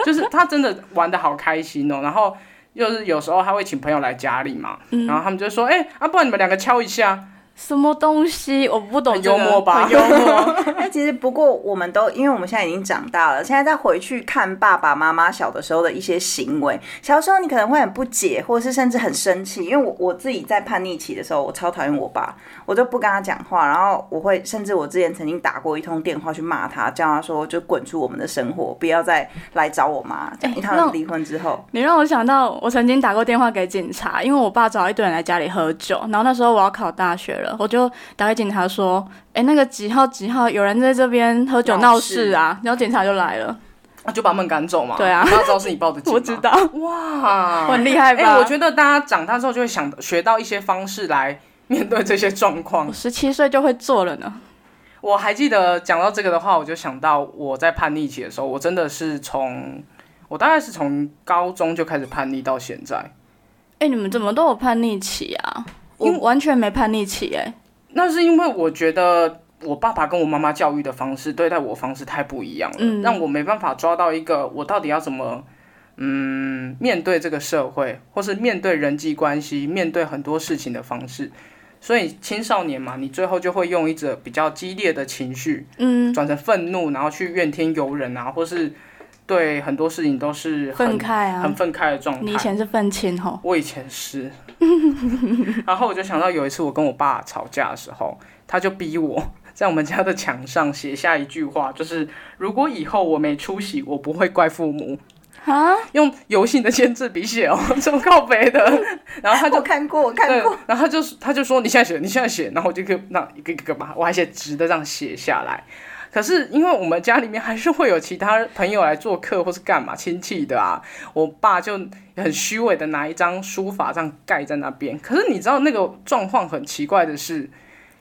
[SPEAKER 3] 就是他真的玩的好开心哦，然后。就是有时候他会请朋友来家里嘛，
[SPEAKER 2] 嗯
[SPEAKER 3] 然后他们就说：“哎、啊，不然你们两个敲一下，
[SPEAKER 2] 什么东西我不懂
[SPEAKER 3] 很
[SPEAKER 2] 这个，
[SPEAKER 3] 幽默吧？”
[SPEAKER 2] 很幽默
[SPEAKER 1] 但其实不过我们都因为我们现在已经长大了，现在再回去看爸爸妈妈小的时候的一些行为，小时候你可能会很不解，或是甚至很生气。因为我我自己在叛逆期的时候，我超讨厌我爸，我就不跟他讲话，然后我会甚至我之前曾经打过一通电话去骂他，叫他说就滚出我们的生活，不要再来找我妈。这样，
[SPEAKER 3] 哎
[SPEAKER 1] 因为他
[SPEAKER 2] 那
[SPEAKER 1] 们
[SPEAKER 2] 我
[SPEAKER 1] 离婚之后，
[SPEAKER 2] 你让我想到，我曾经打过电话给警察，因为我爸找一堆人来家里喝酒，然后那时候我要考大学了，我就打给警察说：“哎、那个几号几号有人在这边喝酒
[SPEAKER 1] 闹
[SPEAKER 2] 闹
[SPEAKER 1] 事
[SPEAKER 2] 事啊！”然后警察就来了。
[SPEAKER 3] 啊就把他们赶走嘛。
[SPEAKER 2] 对啊
[SPEAKER 3] 你妈知道是你
[SPEAKER 2] <laughs>
[SPEAKER 3] 报的警吗
[SPEAKER 2] 我知道，
[SPEAKER 3] 哇，
[SPEAKER 2] 我很厉害
[SPEAKER 3] 哎、
[SPEAKER 2] 吧？
[SPEAKER 3] 我觉得大家长大之后就会想学到一些方式来面对这些状
[SPEAKER 2] <laughs>
[SPEAKER 3] 况
[SPEAKER 2] 我。十七岁就会做了呢。
[SPEAKER 3] 我还记得讲到这个的话，我就想到我在叛逆期的时候，我真的是从我大概是从高中就开始叛逆到现在。
[SPEAKER 2] 哎、你们怎么都有叛逆期啊？我
[SPEAKER 3] 因为
[SPEAKER 2] 完全没叛逆期哎、
[SPEAKER 3] 那是因为我觉得我爸爸跟我妈妈教育的方式、对待我方式太不一样了，
[SPEAKER 2] 嗯
[SPEAKER 3] 让我没办法抓到一个我到底要怎么。嗯，面对这个社会，或是面对人际关系，面对很多事情的方式，所以青少年嘛，你最后就会用一种比较激烈的情绪，
[SPEAKER 2] 嗯，
[SPEAKER 3] 转成愤怒，然后去怨天尤人啊，或是对很多事情都是
[SPEAKER 2] 愤
[SPEAKER 3] 很
[SPEAKER 2] 慨啊
[SPEAKER 3] 很！愤慨的状态。
[SPEAKER 2] 你以前是愤青吼，
[SPEAKER 3] 我以前是， <laughs> 然后我就想到有一次我跟我爸吵架的时候，他就逼我在我们家的墙上写下一句话，就是如果以后我没出息，我不会怪父母。
[SPEAKER 2] 啊？
[SPEAKER 3] 用油性的 <laughs> 签字笔写哦，这么靠北的。然后他
[SPEAKER 1] 我
[SPEAKER 3] 就
[SPEAKER 1] 看过，我看
[SPEAKER 3] 对
[SPEAKER 1] 过。，
[SPEAKER 3] 然后他就他就说你现在写，你现在写，然后我就给那一个一个把，我还写直的这样写下来。可是因为我们家里面还是会有其他朋友来做客或是干嘛亲戚的啊，我爸就很虚伪的拿一张书法这样盖在那边。可是你知道那个状况很奇怪的是，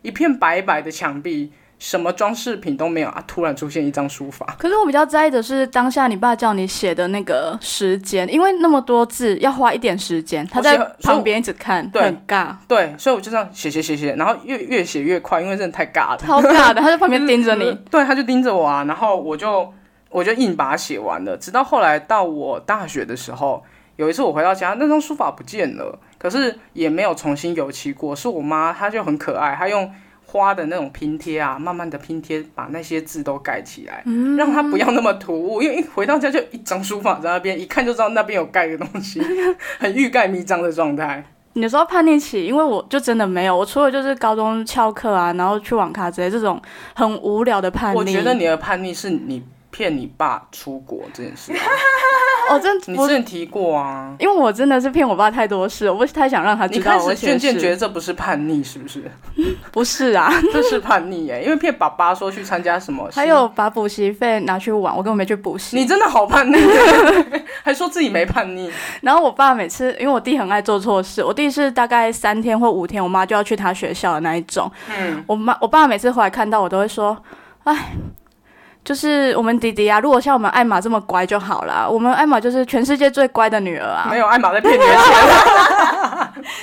[SPEAKER 3] 一片白白的墙壁，什么装饰品都没有啊，突然出现一张书法。
[SPEAKER 2] 可是我比较在意的是当下你爸叫你写的那个时间，因为那么多字要花一点时间，他在
[SPEAKER 3] 我写
[SPEAKER 2] 旁边一直看，
[SPEAKER 3] 对
[SPEAKER 2] 很尬，
[SPEAKER 3] 对，所以我就这样写写写写，然后越越写越快，因为真的太尬了。
[SPEAKER 2] 超尬的，他在旁边盯着
[SPEAKER 3] 就是
[SPEAKER 2] 你。
[SPEAKER 3] 对，他就盯着我啊，然后我就我就硬把它写完了。直到后来到我大学的时候，有一次我回到家，那张书法不见了，可是也没有重新油漆过，是我妈，她就很可爱，她用花的那种拼贴啊，慢慢的拼贴把那些字都盖起来。让它不要那么突兀，因为一回到家就一张书法在那边，一看就知道那边有盖个东西，很欲盖弥彰的状态。
[SPEAKER 2] 你说叛逆期，因为我就真的没有，我除了就是高中翘课啊，然后去网咖之类这种很无聊的叛逆。
[SPEAKER 3] 我觉得你的叛逆是你骗你爸出国这件事啊、
[SPEAKER 2] 我哦真
[SPEAKER 3] 你
[SPEAKER 2] 我
[SPEAKER 3] 之前提过啊，
[SPEAKER 2] 因为我真的是骗我爸太多事，我不太想让他
[SPEAKER 3] 你
[SPEAKER 2] 啊知
[SPEAKER 3] 开
[SPEAKER 2] 道我
[SPEAKER 3] 始
[SPEAKER 2] 写
[SPEAKER 3] 渐
[SPEAKER 2] 的
[SPEAKER 3] 渐觉得
[SPEAKER 2] 事。
[SPEAKER 3] 这不是叛逆，是不 <laughs> 是？
[SPEAKER 2] 不是啊，
[SPEAKER 3] 这是叛逆耶，因为骗爸爸说去参加什么，
[SPEAKER 2] 还有把补习费拿去玩，我根本没去补习。
[SPEAKER 3] 你真的好叛逆， <laughs> 还说自己没叛逆，
[SPEAKER 2] <laughs> 然后我爸每次，因为我弟很爱做错事，我弟是大概三天或五天，我妈就要去他学校的那一种。嗯，我妈我爸每次回来看到我都会说，哎。就是我们弟弟啊，如果像我们艾玛这么乖就好啦。我们艾玛就是全世界最乖的女儿啊。
[SPEAKER 3] 没有艾玛在骗你的钱。 <laughs>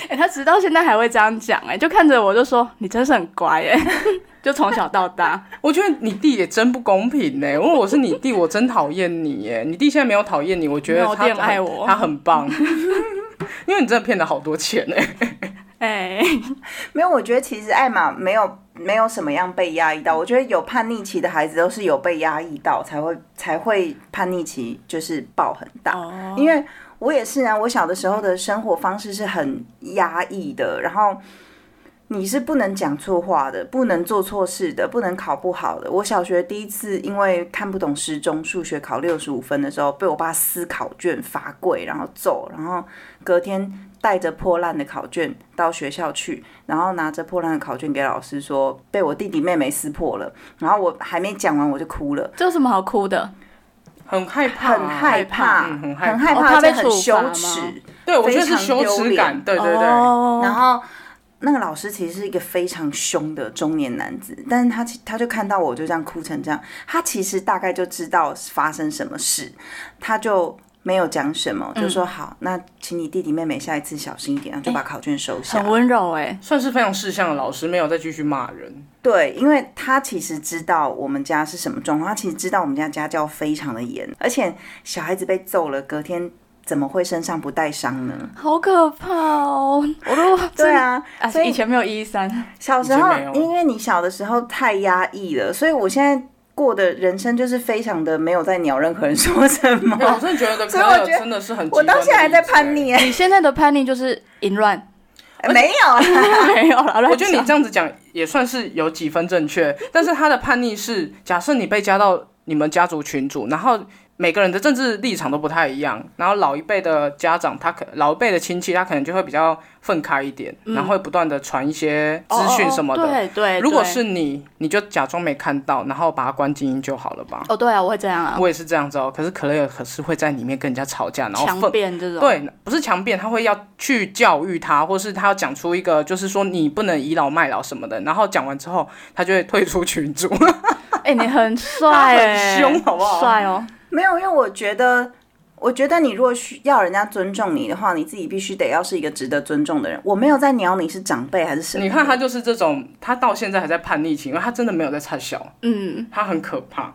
[SPEAKER 2] 哎、他直到现在还会这样讲，哎，就看着我就说你真是很乖，哎， <laughs> 就从小到大，
[SPEAKER 3] 我觉得你弟也真不公平呢，如果我是你弟，我真讨厌你耶。你弟现在没有讨厌你，我觉
[SPEAKER 2] 没
[SPEAKER 3] 得
[SPEAKER 2] 有
[SPEAKER 3] 他
[SPEAKER 2] 我弟很
[SPEAKER 3] 很
[SPEAKER 2] 爱我
[SPEAKER 3] 他很棒， <laughs> 因为你真的骗了好多钱呢。
[SPEAKER 2] 哎、
[SPEAKER 1] <laughs> 没有，我觉得其实艾玛没有没有什么样被压抑到。我觉得有叛逆期的孩子都是有被压抑到，才会才会叛逆期就是爆很大。因为我也是啊，我小的时候的生活方式是很压抑的，然后。你是不能讲错话的，不能做错事的，不能考不好的。我小学第一次因为看不懂时钟数学考六十五分的时候，被我爸撕考卷、罚跪，然后揍，然后隔天带着破烂的考卷到学校去，然后拿着破烂的考卷给老师说被我弟弟妹妹撕破了，然后我还没讲完我就哭了，
[SPEAKER 2] 这有什么好哭的？
[SPEAKER 3] 很害怕，
[SPEAKER 1] 很害怕，
[SPEAKER 3] 嗯很害
[SPEAKER 1] 很
[SPEAKER 3] 怕。
[SPEAKER 1] 害
[SPEAKER 2] 哦
[SPEAKER 1] 怕，
[SPEAKER 2] 怕
[SPEAKER 1] 而且
[SPEAKER 2] 被
[SPEAKER 1] 很
[SPEAKER 2] 处罚
[SPEAKER 1] 羞
[SPEAKER 2] 吗
[SPEAKER 1] 耻。
[SPEAKER 3] 对，我觉得
[SPEAKER 1] 非
[SPEAKER 3] 是
[SPEAKER 1] 常
[SPEAKER 3] 羞
[SPEAKER 1] 丢
[SPEAKER 3] 耻
[SPEAKER 1] 脸
[SPEAKER 3] 感，对对对。
[SPEAKER 2] 哦、
[SPEAKER 1] 然后那个老师其实是一个非常凶的中年男子，但是他其他就看到我就这样哭成这样，他其实大概就知道发生什么事，他就。没有讲什么，就
[SPEAKER 2] 嗯
[SPEAKER 1] 说好，那请你弟弟妹妹下一次小心一点，然
[SPEAKER 2] 哎
[SPEAKER 1] 后就把考卷收下。
[SPEAKER 2] 很温柔、哎，
[SPEAKER 3] 算是非常识相的老师，没有再继续骂人。
[SPEAKER 1] 对，因为他其实知道我们家是什么状况，他其实知道我们家家教非常的严，而且小孩子被揍了，隔天怎么会身上不带伤呢？
[SPEAKER 2] 好可怕哦！我都
[SPEAKER 1] 对，啊，
[SPEAKER 2] 啊，
[SPEAKER 1] 所以
[SPEAKER 2] 以前没有一三，
[SPEAKER 1] 小时
[SPEAKER 3] 以
[SPEAKER 1] 候
[SPEAKER 3] 前没有啊
[SPEAKER 1] 因为你小的时候太压抑了，所以我现在过的人生就是非常的没有在鸟任何人说什
[SPEAKER 3] <laughs>
[SPEAKER 1] 么
[SPEAKER 3] 对，，我真的觉得可
[SPEAKER 1] 所以我
[SPEAKER 3] 乐
[SPEAKER 1] 觉得
[SPEAKER 3] 真的是很极
[SPEAKER 1] 我
[SPEAKER 3] 端
[SPEAKER 1] 到
[SPEAKER 3] 的
[SPEAKER 1] 现在还在
[SPEAKER 3] 例子
[SPEAKER 1] 叛。逆、欸，
[SPEAKER 2] 你现在的叛逆就是淫
[SPEAKER 3] <laughs>
[SPEAKER 2] 乱，
[SPEAKER 1] 没有啦。
[SPEAKER 2] 没有了。
[SPEAKER 3] 我觉得你
[SPEAKER 2] 乱讲
[SPEAKER 3] 这样子讲也算是有几分正确，但是他的叛逆是，假设你被加到你们家族群组，然后每个人的政治立场都不太一样，然后老一辈的家长他可老一辈的亲戚他可能就会比较愤慨一点，然后会不断的传一些
[SPEAKER 1] 嗯
[SPEAKER 3] 资讯什么的。
[SPEAKER 2] 哦哦对对，
[SPEAKER 3] 如果
[SPEAKER 2] 对
[SPEAKER 3] 是你，你就假装没看到，然后把它关静音就好了吧。
[SPEAKER 2] 哦，对啊，我会这样啊，
[SPEAKER 3] 我也是这样子哦，可是可乐可是会在里面跟人家吵架，然后
[SPEAKER 2] 强
[SPEAKER 3] 愤
[SPEAKER 2] 辩这种，，
[SPEAKER 3] 对，不是强辩，他会要去教育他，或是他要讲出一个，就是说你不能倚老卖老什么的。然后讲完之后，他就会退出群组。
[SPEAKER 2] 哎，你
[SPEAKER 3] <laughs>
[SPEAKER 2] 很帅，哎
[SPEAKER 3] 他很凶好不好
[SPEAKER 2] 帅哦，
[SPEAKER 1] 没有，因为我觉得，我觉得你如果需要人家尊重你的话，你自己必须得要是一个值得尊重的人。我没有在鸟你是长辈还是什么，
[SPEAKER 3] 你看他就是这种，他到现在还在叛逆期，因为他真的没有在插小，
[SPEAKER 2] 嗯，
[SPEAKER 3] 他很可怕。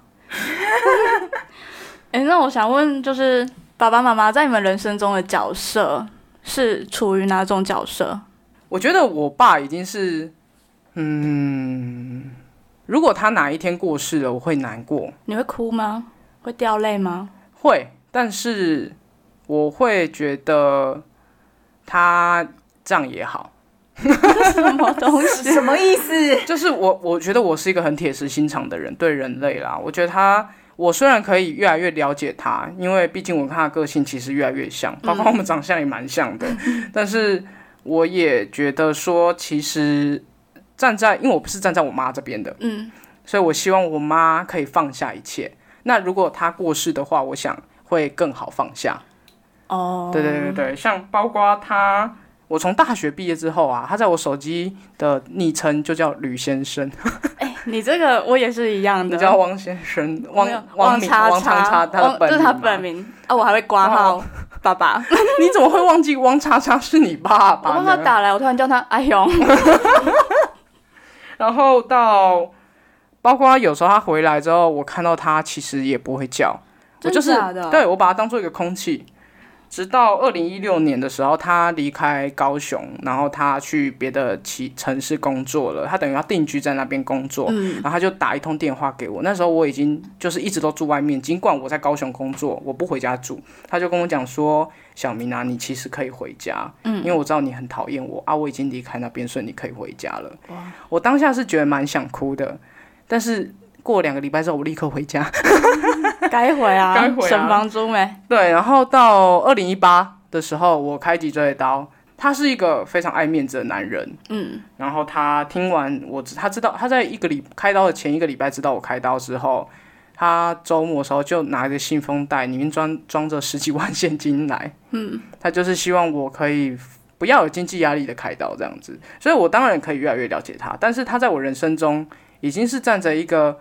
[SPEAKER 2] 哎，那我想问，就是爸爸妈妈在你们人生中的角色是处于哪种角色？
[SPEAKER 3] 我觉得我爸已经是，嗯，如果他哪一天过世了，我会难过，
[SPEAKER 2] 你会哭吗？会掉泪吗？ <laughs>
[SPEAKER 3] 会，但是我会觉得他这样也好。
[SPEAKER 2] 什么东
[SPEAKER 3] <laughs>
[SPEAKER 2] 西？
[SPEAKER 1] 什么意思？
[SPEAKER 3] 就是我，我觉得我是一个很铁石心肠的人，对人类啦，我觉得他，我虽然可以越来越了解他，因为毕竟我跟他的个性其实越来越像，包
[SPEAKER 2] 嗯
[SPEAKER 3] 括我们长相也蛮像的，但是我也觉得说，其实站在，因为我不是站在我妈这边的，
[SPEAKER 2] 嗯，
[SPEAKER 3] 所以我希望我妈可以放下一切。那如果她过世的话，我想会更好放下。
[SPEAKER 2] 哦，
[SPEAKER 3] 对对对对，像包括他，我从大学毕业之后啊，他在我手机的昵称就叫吕先生，
[SPEAKER 2] 哎，你这个我也是一样
[SPEAKER 3] 你
[SPEAKER 2] 的，
[SPEAKER 3] 知道汪先生、汪
[SPEAKER 2] 没有
[SPEAKER 3] 汪明、
[SPEAKER 2] 叉
[SPEAKER 3] 汪叉叉他的
[SPEAKER 2] 汪
[SPEAKER 3] 本
[SPEAKER 2] 这哦是
[SPEAKER 3] 名
[SPEAKER 2] 他
[SPEAKER 3] 吗哦
[SPEAKER 2] 本，名啊，我还会挂号爸爸。
[SPEAKER 3] 你怎么会忘记汪叉叉是你爸
[SPEAKER 2] 我
[SPEAKER 3] 爸
[SPEAKER 2] 帮他
[SPEAKER 3] 呢？
[SPEAKER 2] 打来，我突然叫他哎阿 <laughs> 勇，
[SPEAKER 3] 然后到包括有时候他回来之后，我看到他其实也不会叫，我就是
[SPEAKER 2] 真假 <laughs> 的
[SPEAKER 3] 对我把它当做一个空气。直到二零一六年的时候，他离开高雄，然后他去别的其城市工作了。他等于要定居在那边工作，
[SPEAKER 2] 嗯
[SPEAKER 3] 然后他就打一通电话给我。那时候我已经就是一直都住外面，尽管我在高雄工作，我不回家住。他就跟我讲说：“小明啊，你其实可以回家，嗯，因为我知道你很讨厌我啊，我已经离开那边，所以你可以回家了。”我当下是觉得蛮想哭的，但是过两个礼拜之后，我立刻回家。
[SPEAKER 2] 该回啊，
[SPEAKER 3] 该回啊
[SPEAKER 2] 省房租没？
[SPEAKER 3] 对，然后到二零一八的时候，我开脊椎的刀。他是一个非常爱面子的男人，
[SPEAKER 2] 嗯，
[SPEAKER 3] 然后他听完我知，他知道他在一个礼开刀的前一个礼拜知道我开刀之后，他周末的时候就拿一个信封袋，里面装装着十几万现金来，嗯，他就是希望我可以不要有经济压力的开刀这样子，所以我当然可以越来越了解他，但是他在我人生中已经是站着一个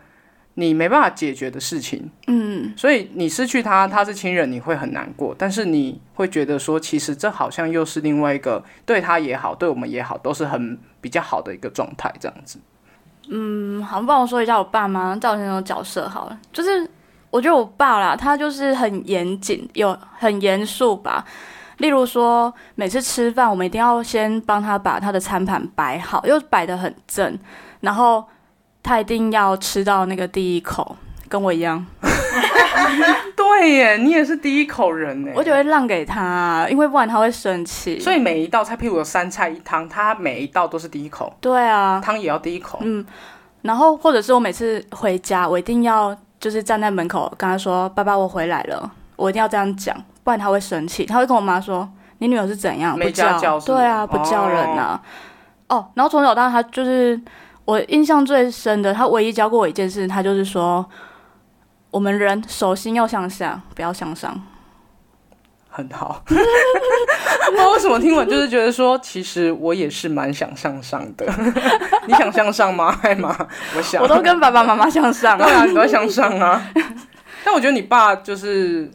[SPEAKER 3] 你没办法解决的事情，
[SPEAKER 2] 嗯，
[SPEAKER 3] 所以你失去他，他是亲人，你会很难过，但是你会觉得说，其实这好像又是另外一个对他也好，对我们也好，都是很比较好的一个状态，这样子。
[SPEAKER 2] 嗯，好，帮我说一下我爸妈造成那种角色好了，就是我觉得我爸啦，他就是很严谨，有很严肃吧。例如说，每次吃饭，我们一定要先帮他把他的餐盘摆好，又摆得很正，然后他一定要吃到那个第一口，跟我一样，
[SPEAKER 3] 对耶，你也是第一口人呢。
[SPEAKER 2] 我就会让给他，因为不然他会生气。
[SPEAKER 3] 所
[SPEAKER 2] 以
[SPEAKER 3] 以每一道菜，譬如有三菜一汤，他每一道都是第一口，
[SPEAKER 2] 对啊，
[SPEAKER 3] 汤也要第一口。
[SPEAKER 2] 嗯，然后或者是我每次回家，我一定要就是站在门口跟他说：“爸爸，我回来了。”我一定要这样讲，不然他会生气，他会跟我妈说：“你女儿是怎样
[SPEAKER 3] 没
[SPEAKER 2] 不
[SPEAKER 3] 家
[SPEAKER 2] 叫？
[SPEAKER 3] 教是不是
[SPEAKER 2] 对啊，不叫人啊。哦”然后从小到大，他就是我印象最深的，他唯一教过我一件事，他就是说：“我们人手心要向下，不要向上。
[SPEAKER 3] 很好，不知道为什么听完就是觉得说，其实我也是蛮想向上的。 <laughs> 你想向上吗，艾玛？我”想，
[SPEAKER 2] 我都跟爸爸妈妈向 <laughs>
[SPEAKER 3] <laughs>
[SPEAKER 2] 上
[SPEAKER 3] 对
[SPEAKER 2] 啊。
[SPEAKER 3] 啊，你都在向上啊。 <laughs> 但我觉得你爸就是，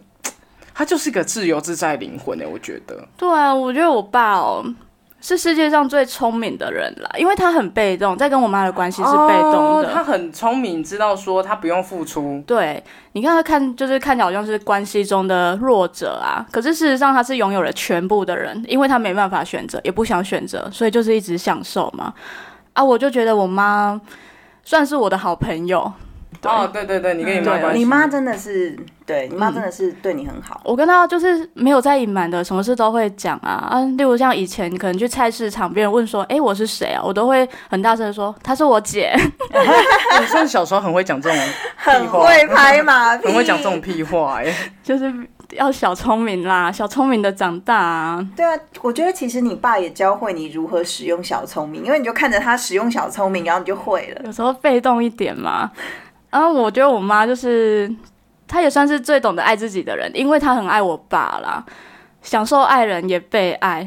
[SPEAKER 3] 他就是个自由自在的灵魂哎、我觉得。
[SPEAKER 2] 对啊，我觉得我爸哦是世界上最聪明的人啦，因为他很被动，在跟我妈的关系是被动
[SPEAKER 3] 哦
[SPEAKER 2] 的。
[SPEAKER 3] 他很聪明，知道说他不用付出。
[SPEAKER 2] 对，你看他看就是看起来好像是关系中的弱者啊，可是事实上他是拥有了全部的人，因为他没办法选择，也不想选择，所以就是一直享受嘛。啊，我就觉得我妈算是我的好朋友，对
[SPEAKER 3] 哦，对对对，你跟你妈
[SPEAKER 2] 对
[SPEAKER 3] 关系，
[SPEAKER 1] 你妈
[SPEAKER 3] <laughs>
[SPEAKER 1] 真的是，对你妈
[SPEAKER 2] 嗯
[SPEAKER 1] 真的是对你很好。
[SPEAKER 2] 我跟他就是没有在隐瞒的，什么事都会讲啊啊，例如像以前可能去菜市场，别人问说，哎、我是谁啊，我都会很大声地说她是我姐， <laughs>
[SPEAKER 3] 你算小时候很会讲这种，
[SPEAKER 1] <laughs> 很会拍马屁，
[SPEAKER 3] 很会讲这种屁话哎、
[SPEAKER 2] 就是要小聪明啦，小聪明的长大啊，
[SPEAKER 1] 对啊，我觉得其实你爸也教会你如何使用小聪明，因为你就看着他使用小聪明，然后你就会了。
[SPEAKER 2] <laughs> 有时候被动一点嘛。然后我觉得我妈就是，她也算是最懂得爱自己的人，因为她很爱我爸啦，享受爱人也被爱。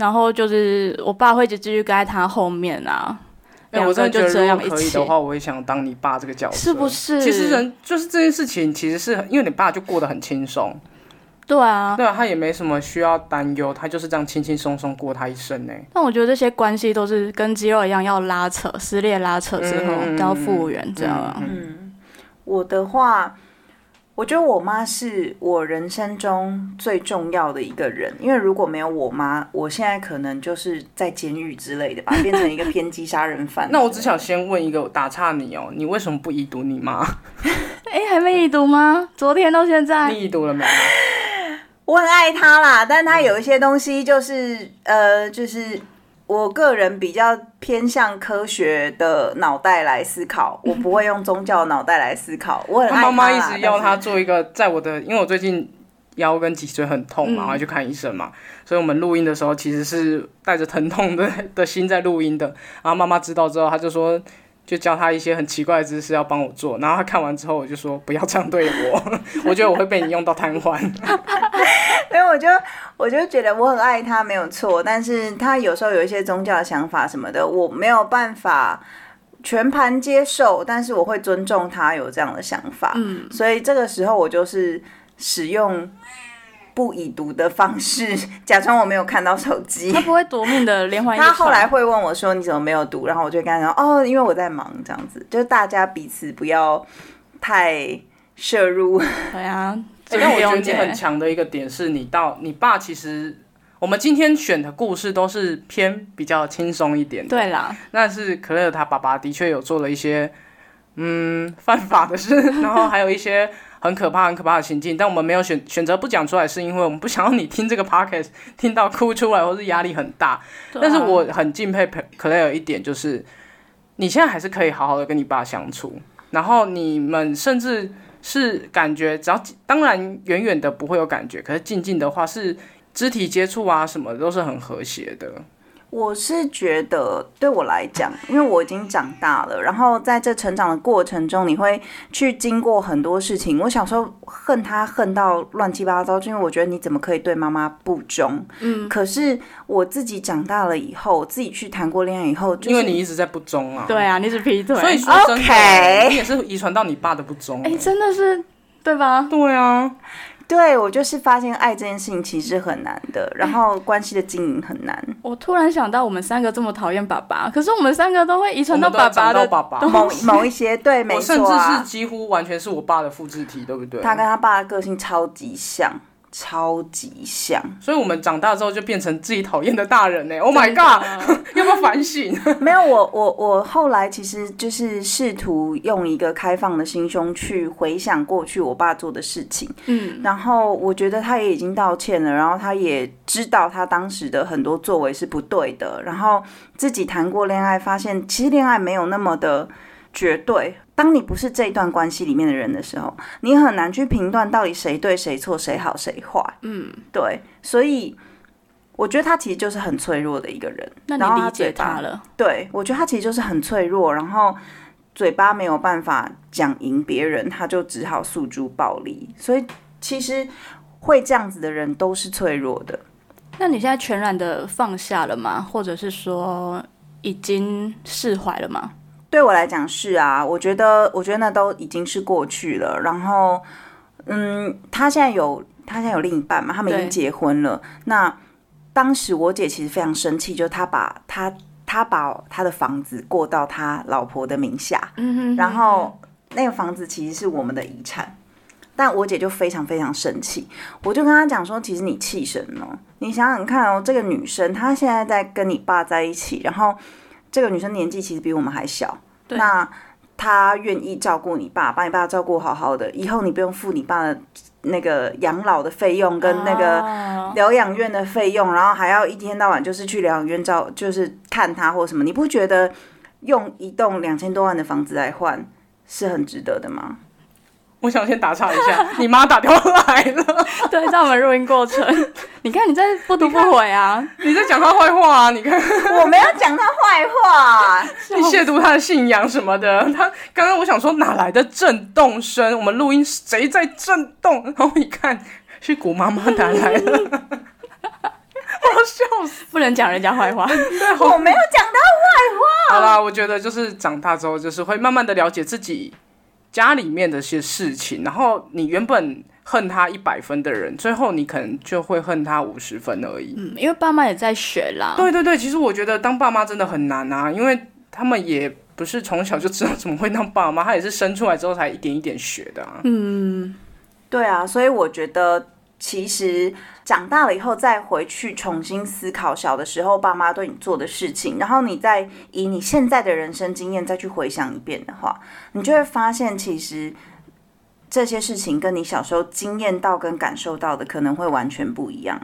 [SPEAKER 2] 然后就是我爸会一直继续跟在她后面啊，<laughs>
[SPEAKER 3] 哎
[SPEAKER 2] 两
[SPEAKER 3] 我真
[SPEAKER 2] 个
[SPEAKER 3] 的觉
[SPEAKER 2] 就
[SPEAKER 3] 得
[SPEAKER 2] 这
[SPEAKER 3] 如
[SPEAKER 2] 样
[SPEAKER 3] 果
[SPEAKER 2] 一
[SPEAKER 3] 可以
[SPEAKER 2] 起
[SPEAKER 3] 的，话，我也想当你爸这个角色，
[SPEAKER 2] 是不？是？
[SPEAKER 3] 其实人就是这件事情，其实是很因为你爸就过得很轻松，
[SPEAKER 2] 对啊。
[SPEAKER 3] 对啊，他也没什么需要担忧，他就是这样轻轻松松过他一生欸呢、
[SPEAKER 2] 但我觉得这些关系都是跟肌肉一样，要拉扯、撕裂、拉扯之后
[SPEAKER 3] 嗯嗯嗯嗯
[SPEAKER 2] 都要复原，这样啊。
[SPEAKER 1] 我的话，我觉得我妈是我人生中最重要的一个人，因为如果没有我妈，我现在可能就是在监狱之类的吧，变成一个 <laughs> 偏激杀人犯。
[SPEAKER 3] <laughs> 那我只想先问一个，我打岔你哦，你为什么不遗毒你妈？
[SPEAKER 2] 哎、还没已读吗？昨天到现
[SPEAKER 1] 哎
[SPEAKER 2] 在，
[SPEAKER 3] 你遗毒了没？
[SPEAKER 1] 我很爱她啦，但她有一些东西就是呃，就是。我个人比较偏向科学的脑袋来思考，我不会用宗教的脑袋来思考。我很爱
[SPEAKER 3] 他妈妈一
[SPEAKER 1] 啦
[SPEAKER 3] 直要
[SPEAKER 1] 但
[SPEAKER 3] 他
[SPEAKER 1] 是
[SPEAKER 3] 做一个，在我的，因为我最近腰跟脊椎很痛嘛，
[SPEAKER 2] 嗯
[SPEAKER 3] 我要去看医生嘛，所以我们录音的时候其实是带着疼痛的的心在录音的。然后妈妈知道之后，她就说。就教她一些很奇怪的姿势要帮我做，然后她看完之后，我就说不要这样对我， <laughs> 我觉得我会被你用到瘫痪。
[SPEAKER 1] <laughs> 所以我就我就觉得我很爱他没有错，但是他有时候有一些宗教的想法什么的，我没有办法全盘接受，但是我会尊重他有这样的想法。嗯，所以这个时候我就是使用不已读的方式， <laughs> 假装我没有看到手机
[SPEAKER 2] <laughs> 他。不会夺命的连环一
[SPEAKER 1] 他后
[SPEAKER 2] 传
[SPEAKER 1] 来会问我说：“你怎么没有读？”然后我就跟他说：“哦，因为我在忙。”这样子，就是大家彼此不要太摄入。
[SPEAKER 2] 对啊，
[SPEAKER 3] 欸但我觉得你很强的一个点是你到你爸其实。我们今天选的故事都是偏比较轻松一点的，
[SPEAKER 2] 对啦，
[SPEAKER 3] 但是可乐他爸爸的确有做了一些嗯犯法的事，然后还有一些很可怕、很可怕的行径，但我们没有选选择不讲出来，是因为我们不想要你听这个 podcast 听到哭出来或是压力很大。
[SPEAKER 2] 啊
[SPEAKER 3] 但是我很敬佩克莱尔一点，就是你现在还是可以好好的跟你爸相处，然后你们甚至是感觉，只要当然远远的不会有感觉，可是近近的话是肢体接触啊什么的都是很和谐的。
[SPEAKER 1] 我是觉得对我来讲，因为我已经长大了，然后在这成长的过程中，你会去经过很多事情。我小时候恨他恨到乱七八糟，就因为我觉得你怎么可以对妈妈不忠？嗯，可是我自己长大了以后，自己去谈过恋爱以后，就是、
[SPEAKER 3] 因为你一直在不忠啊，
[SPEAKER 2] 对啊，你是劈腿，
[SPEAKER 3] 所以说真的
[SPEAKER 1] OK
[SPEAKER 3] 你也是遗传到你爸的不忠、啊
[SPEAKER 2] 哎、真的是对吧？
[SPEAKER 3] 对啊，
[SPEAKER 1] 对我就是发现爱这件事情其实很难的，然后关系的经营很
[SPEAKER 3] <laughs>
[SPEAKER 1] 难。
[SPEAKER 2] 我突然想到，我们三个这么讨厌爸爸，可是我们三个都会遗传
[SPEAKER 3] 我们都
[SPEAKER 2] 爸爸
[SPEAKER 3] 长到
[SPEAKER 2] 的。
[SPEAKER 3] 爸爸，
[SPEAKER 1] 某某一些对，没
[SPEAKER 3] 哦我甚
[SPEAKER 1] 错、
[SPEAKER 3] 至
[SPEAKER 1] 啊，
[SPEAKER 3] 是几乎完全是我爸的复制体，对不对？
[SPEAKER 1] 他跟他爸的个性超级像，超级像。
[SPEAKER 3] 所以我们长大之后就变成自己讨厌的大人呢、Oh my
[SPEAKER 2] <laughs>
[SPEAKER 3] god！要不
[SPEAKER 2] 啊
[SPEAKER 3] 要反省？
[SPEAKER 1] <laughs> 没有，我我我后来其实就是试图用一个开放的心胸去回想过去我爸做的事情，
[SPEAKER 2] 嗯，
[SPEAKER 1] 然后我觉得他也已经道歉了，然后他也知道他当时的很多作为是不对的，然后自己谈过恋爱，发现其实恋爱没有那么的绝对。当你不是这一段关系里面的人的时候，你很难去评断到底谁对谁错，谁好谁坏。嗯，对，所以我觉得他其实就是很脆弱的一个人。
[SPEAKER 2] 那
[SPEAKER 1] 然后
[SPEAKER 2] 你理
[SPEAKER 1] 他
[SPEAKER 2] 解
[SPEAKER 1] 嘴巴
[SPEAKER 2] 他了？
[SPEAKER 1] 对，我觉得他其实就是很脆弱，然后嘴巴没有办法讲赢别人，他就只好诉诸暴力。所以其实会这样子的人都是脆弱的。
[SPEAKER 2] 那你现在全然的放下了吗？或者是说已经释怀了吗？
[SPEAKER 1] 对我来讲是啊，我觉得，我觉得那都已经是过去了。然后，嗯，他现在有他现在有另一半嘛，他们已
[SPEAKER 2] 对
[SPEAKER 1] 经结婚了。那当时我姐其实非常生气，就她把她她把她的房子过到她老婆的名下，
[SPEAKER 2] 嗯哼
[SPEAKER 1] 然后那个房子其实是我们的遗产，但我姐就非常非常生气，我就跟她讲说，其实你气什么？你想想看哦，这个女生她现在在跟你爸在一起，然后这个女生年纪其实比我们还小，
[SPEAKER 2] 对
[SPEAKER 1] 那她愿意照顾你爸，把你爸照顾好好的，以后你不用付你爸的那个养老的费用跟那个。
[SPEAKER 3] <laughs>
[SPEAKER 2] 哦
[SPEAKER 1] 疗养院的费用，然后还要一天到晚就是去疗养院照，就是看他或什么，你不觉得用一栋两千多万的房子来换是很值得的吗？
[SPEAKER 3] 我想先打岔一下， <laughs> 你妈打电话来了， <laughs>
[SPEAKER 2] 对，在我们录音过程，你看你在不读不回啊，
[SPEAKER 3] 你在讲她坏话啊！你看，
[SPEAKER 1] <laughs> 我没有讲他坏 <laughs> 话，
[SPEAKER 3] 你亵渎她的信仰什么的。她刚刚我想说哪来的震动声？我们录音谁在震动？ <laughs> 然后一看是古妈妈打来了，我要笑死！
[SPEAKER 2] 不能讲人家坏话。
[SPEAKER 1] 我没有讲他
[SPEAKER 3] 好啦，我觉得就是长大之后，就是会慢慢的了解自己家里面的一些事情，然后你原本恨他一百分的人，最后你可能就会恨他五十分而已。
[SPEAKER 2] 嗯，因为爸妈也在学啦。
[SPEAKER 3] 对对对，其实我觉得当爸妈真的很难啊，因为他们也不是从小就知道怎么会当爸妈，他也是生出来之后才一点一点学的啊。
[SPEAKER 1] 对啊，所以我觉得其实长大了以后再回去重新思考小的时候爸妈对你做的事情，然后你再以你现在的人生经验再去回想一遍的话，你就会发现其实。这些事情跟你小时候经验到跟感受到的可能会完全不一样。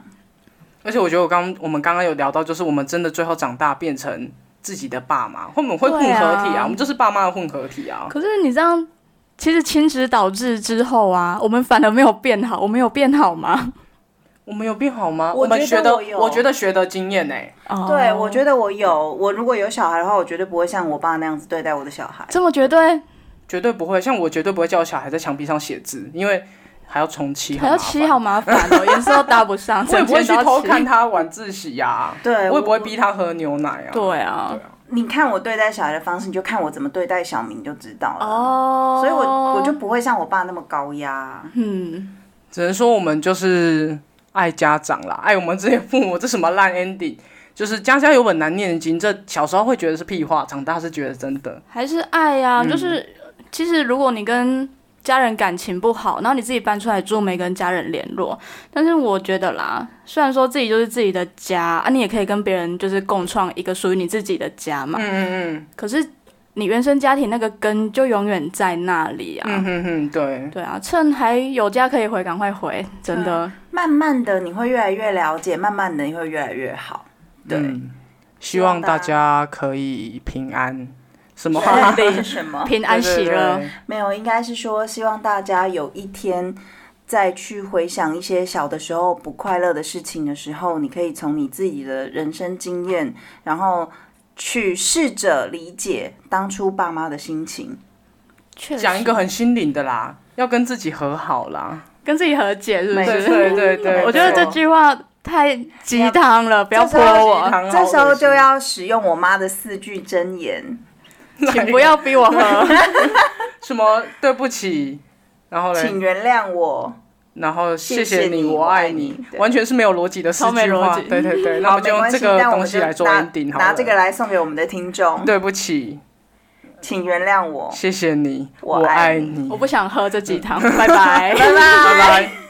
[SPEAKER 3] 而且我觉得我刚我们刚刚有聊到，就是我们真的最后长大变成自己的爸妈，我们会混合
[SPEAKER 2] 对啊
[SPEAKER 3] 体啊，我们就是爸妈的混合体啊。
[SPEAKER 2] 可是你这样，其实亲职导致之后啊，我们反而没有变好，我们有变好吗？
[SPEAKER 3] 我们有变好吗？
[SPEAKER 1] 我
[SPEAKER 3] 们
[SPEAKER 1] 觉
[SPEAKER 3] 学
[SPEAKER 1] 得
[SPEAKER 3] 的，
[SPEAKER 1] 我有
[SPEAKER 3] 我觉得学的经验呢、欸
[SPEAKER 2] <laughs> 哦
[SPEAKER 1] 对，我觉得我有，我如果有小孩的话，我绝对不会像我爸那样子对待我的小孩。
[SPEAKER 2] 这么绝对
[SPEAKER 3] 绝对不会。像我绝对不会叫我小孩在墙壁上写字，因为还要重漆，
[SPEAKER 2] 还
[SPEAKER 3] 很
[SPEAKER 2] 要
[SPEAKER 3] 麻烦
[SPEAKER 2] 漆好。麻烦哦，颜色都搭不上，
[SPEAKER 3] <laughs> 我也
[SPEAKER 2] 整
[SPEAKER 3] 不会
[SPEAKER 2] 天
[SPEAKER 3] 去
[SPEAKER 2] 都要
[SPEAKER 3] 偷
[SPEAKER 2] 漆
[SPEAKER 3] 看。他晚自习呀、啊，
[SPEAKER 1] 对，
[SPEAKER 3] 我也不会逼他喝牛奶啊。
[SPEAKER 2] 对啊，
[SPEAKER 1] 你看我对待小孩的方式，你就看我怎么对待小明就知道了。
[SPEAKER 2] 哦，
[SPEAKER 1] 所以我我就不会像我爸那么高压。
[SPEAKER 2] 嗯，
[SPEAKER 3] 只能说我们就是爱家长啦，爱我们这些父母，这什么烂 ending？就是家家有本难念的经，这小时候会觉得是屁话，长大是觉得真的。
[SPEAKER 2] 还是爱呀、
[SPEAKER 3] 嗯
[SPEAKER 2] 就是其实如果你跟家人感情不好，然后你自己搬出来住，没跟家人联络，但是我觉得啦，虽然说自己就是自己的家啊，你也可以跟别人就是共创一个属于你自己的家嘛，
[SPEAKER 3] 嗯嗯
[SPEAKER 2] 可是你原生家庭那个根就永远在那里啊。
[SPEAKER 3] 嗯嗯哼哼，对。
[SPEAKER 2] 对啊，趁还有家可以回，赶快回，真
[SPEAKER 3] 嗯
[SPEAKER 2] 的。
[SPEAKER 1] 慢慢的，你会越来越了解，慢慢的，你会越来越好。对，
[SPEAKER 3] 嗯希望大家可以平安。什么
[SPEAKER 1] <laughs> 确
[SPEAKER 3] 话？
[SPEAKER 1] 定是什
[SPEAKER 2] <laughs>
[SPEAKER 1] 么？
[SPEAKER 2] 平安喜乐。
[SPEAKER 3] 对
[SPEAKER 1] 没有，应该是说希望大家有一天再去回想一些小的时候不快乐的事情的时候，你可以从你自己的人生经验，然后去试着理解当初爸妈的心情。
[SPEAKER 2] 确实
[SPEAKER 3] 讲一个很心灵的啦，要跟自己和好啦。
[SPEAKER 2] 跟自己和解，是不
[SPEAKER 1] 没
[SPEAKER 3] 对
[SPEAKER 1] 错
[SPEAKER 2] 是？
[SPEAKER 3] 对对对，
[SPEAKER 2] 我觉得这句话太鸡汤了，不要
[SPEAKER 1] 这
[SPEAKER 2] 泼
[SPEAKER 1] 是要
[SPEAKER 3] 鸡
[SPEAKER 2] 哦我，
[SPEAKER 3] 汤
[SPEAKER 1] 这时候就要使用我妈的四句真言。
[SPEAKER 2] <laughs> 请不要逼我喝。
[SPEAKER 3] 什么对不起，然后嘞
[SPEAKER 1] 请，原谅我，
[SPEAKER 3] 然后谢
[SPEAKER 1] 谢谢
[SPEAKER 3] 你，
[SPEAKER 1] 你
[SPEAKER 3] 我
[SPEAKER 1] 我爱
[SPEAKER 3] 爱
[SPEAKER 1] 你
[SPEAKER 3] 你，
[SPEAKER 1] 对
[SPEAKER 3] 完全是没有逻辑的四
[SPEAKER 2] 超没
[SPEAKER 3] 句
[SPEAKER 2] 逻
[SPEAKER 3] 话。
[SPEAKER 2] 辑
[SPEAKER 3] 对对对，那
[SPEAKER 1] 好，
[SPEAKER 3] 我们
[SPEAKER 1] 没
[SPEAKER 3] 就用
[SPEAKER 1] 关
[SPEAKER 3] 这
[SPEAKER 1] 系
[SPEAKER 3] 个
[SPEAKER 1] 但我
[SPEAKER 3] 东
[SPEAKER 1] 们
[SPEAKER 3] 西
[SPEAKER 1] 就
[SPEAKER 3] 来做
[SPEAKER 1] 拿
[SPEAKER 3] ending 好了。
[SPEAKER 1] 拿这个来送给我们的听众。
[SPEAKER 3] 对不起，
[SPEAKER 1] 请原
[SPEAKER 3] <laughs>
[SPEAKER 1] 谅我，
[SPEAKER 3] 谢谢你，
[SPEAKER 1] 我
[SPEAKER 3] 我
[SPEAKER 1] 爱
[SPEAKER 3] 爱
[SPEAKER 1] 你 <laughs>
[SPEAKER 3] 你，
[SPEAKER 2] 我不想喝这鸡汤，拜拜。
[SPEAKER 1] 拜拜
[SPEAKER 3] 拜拜。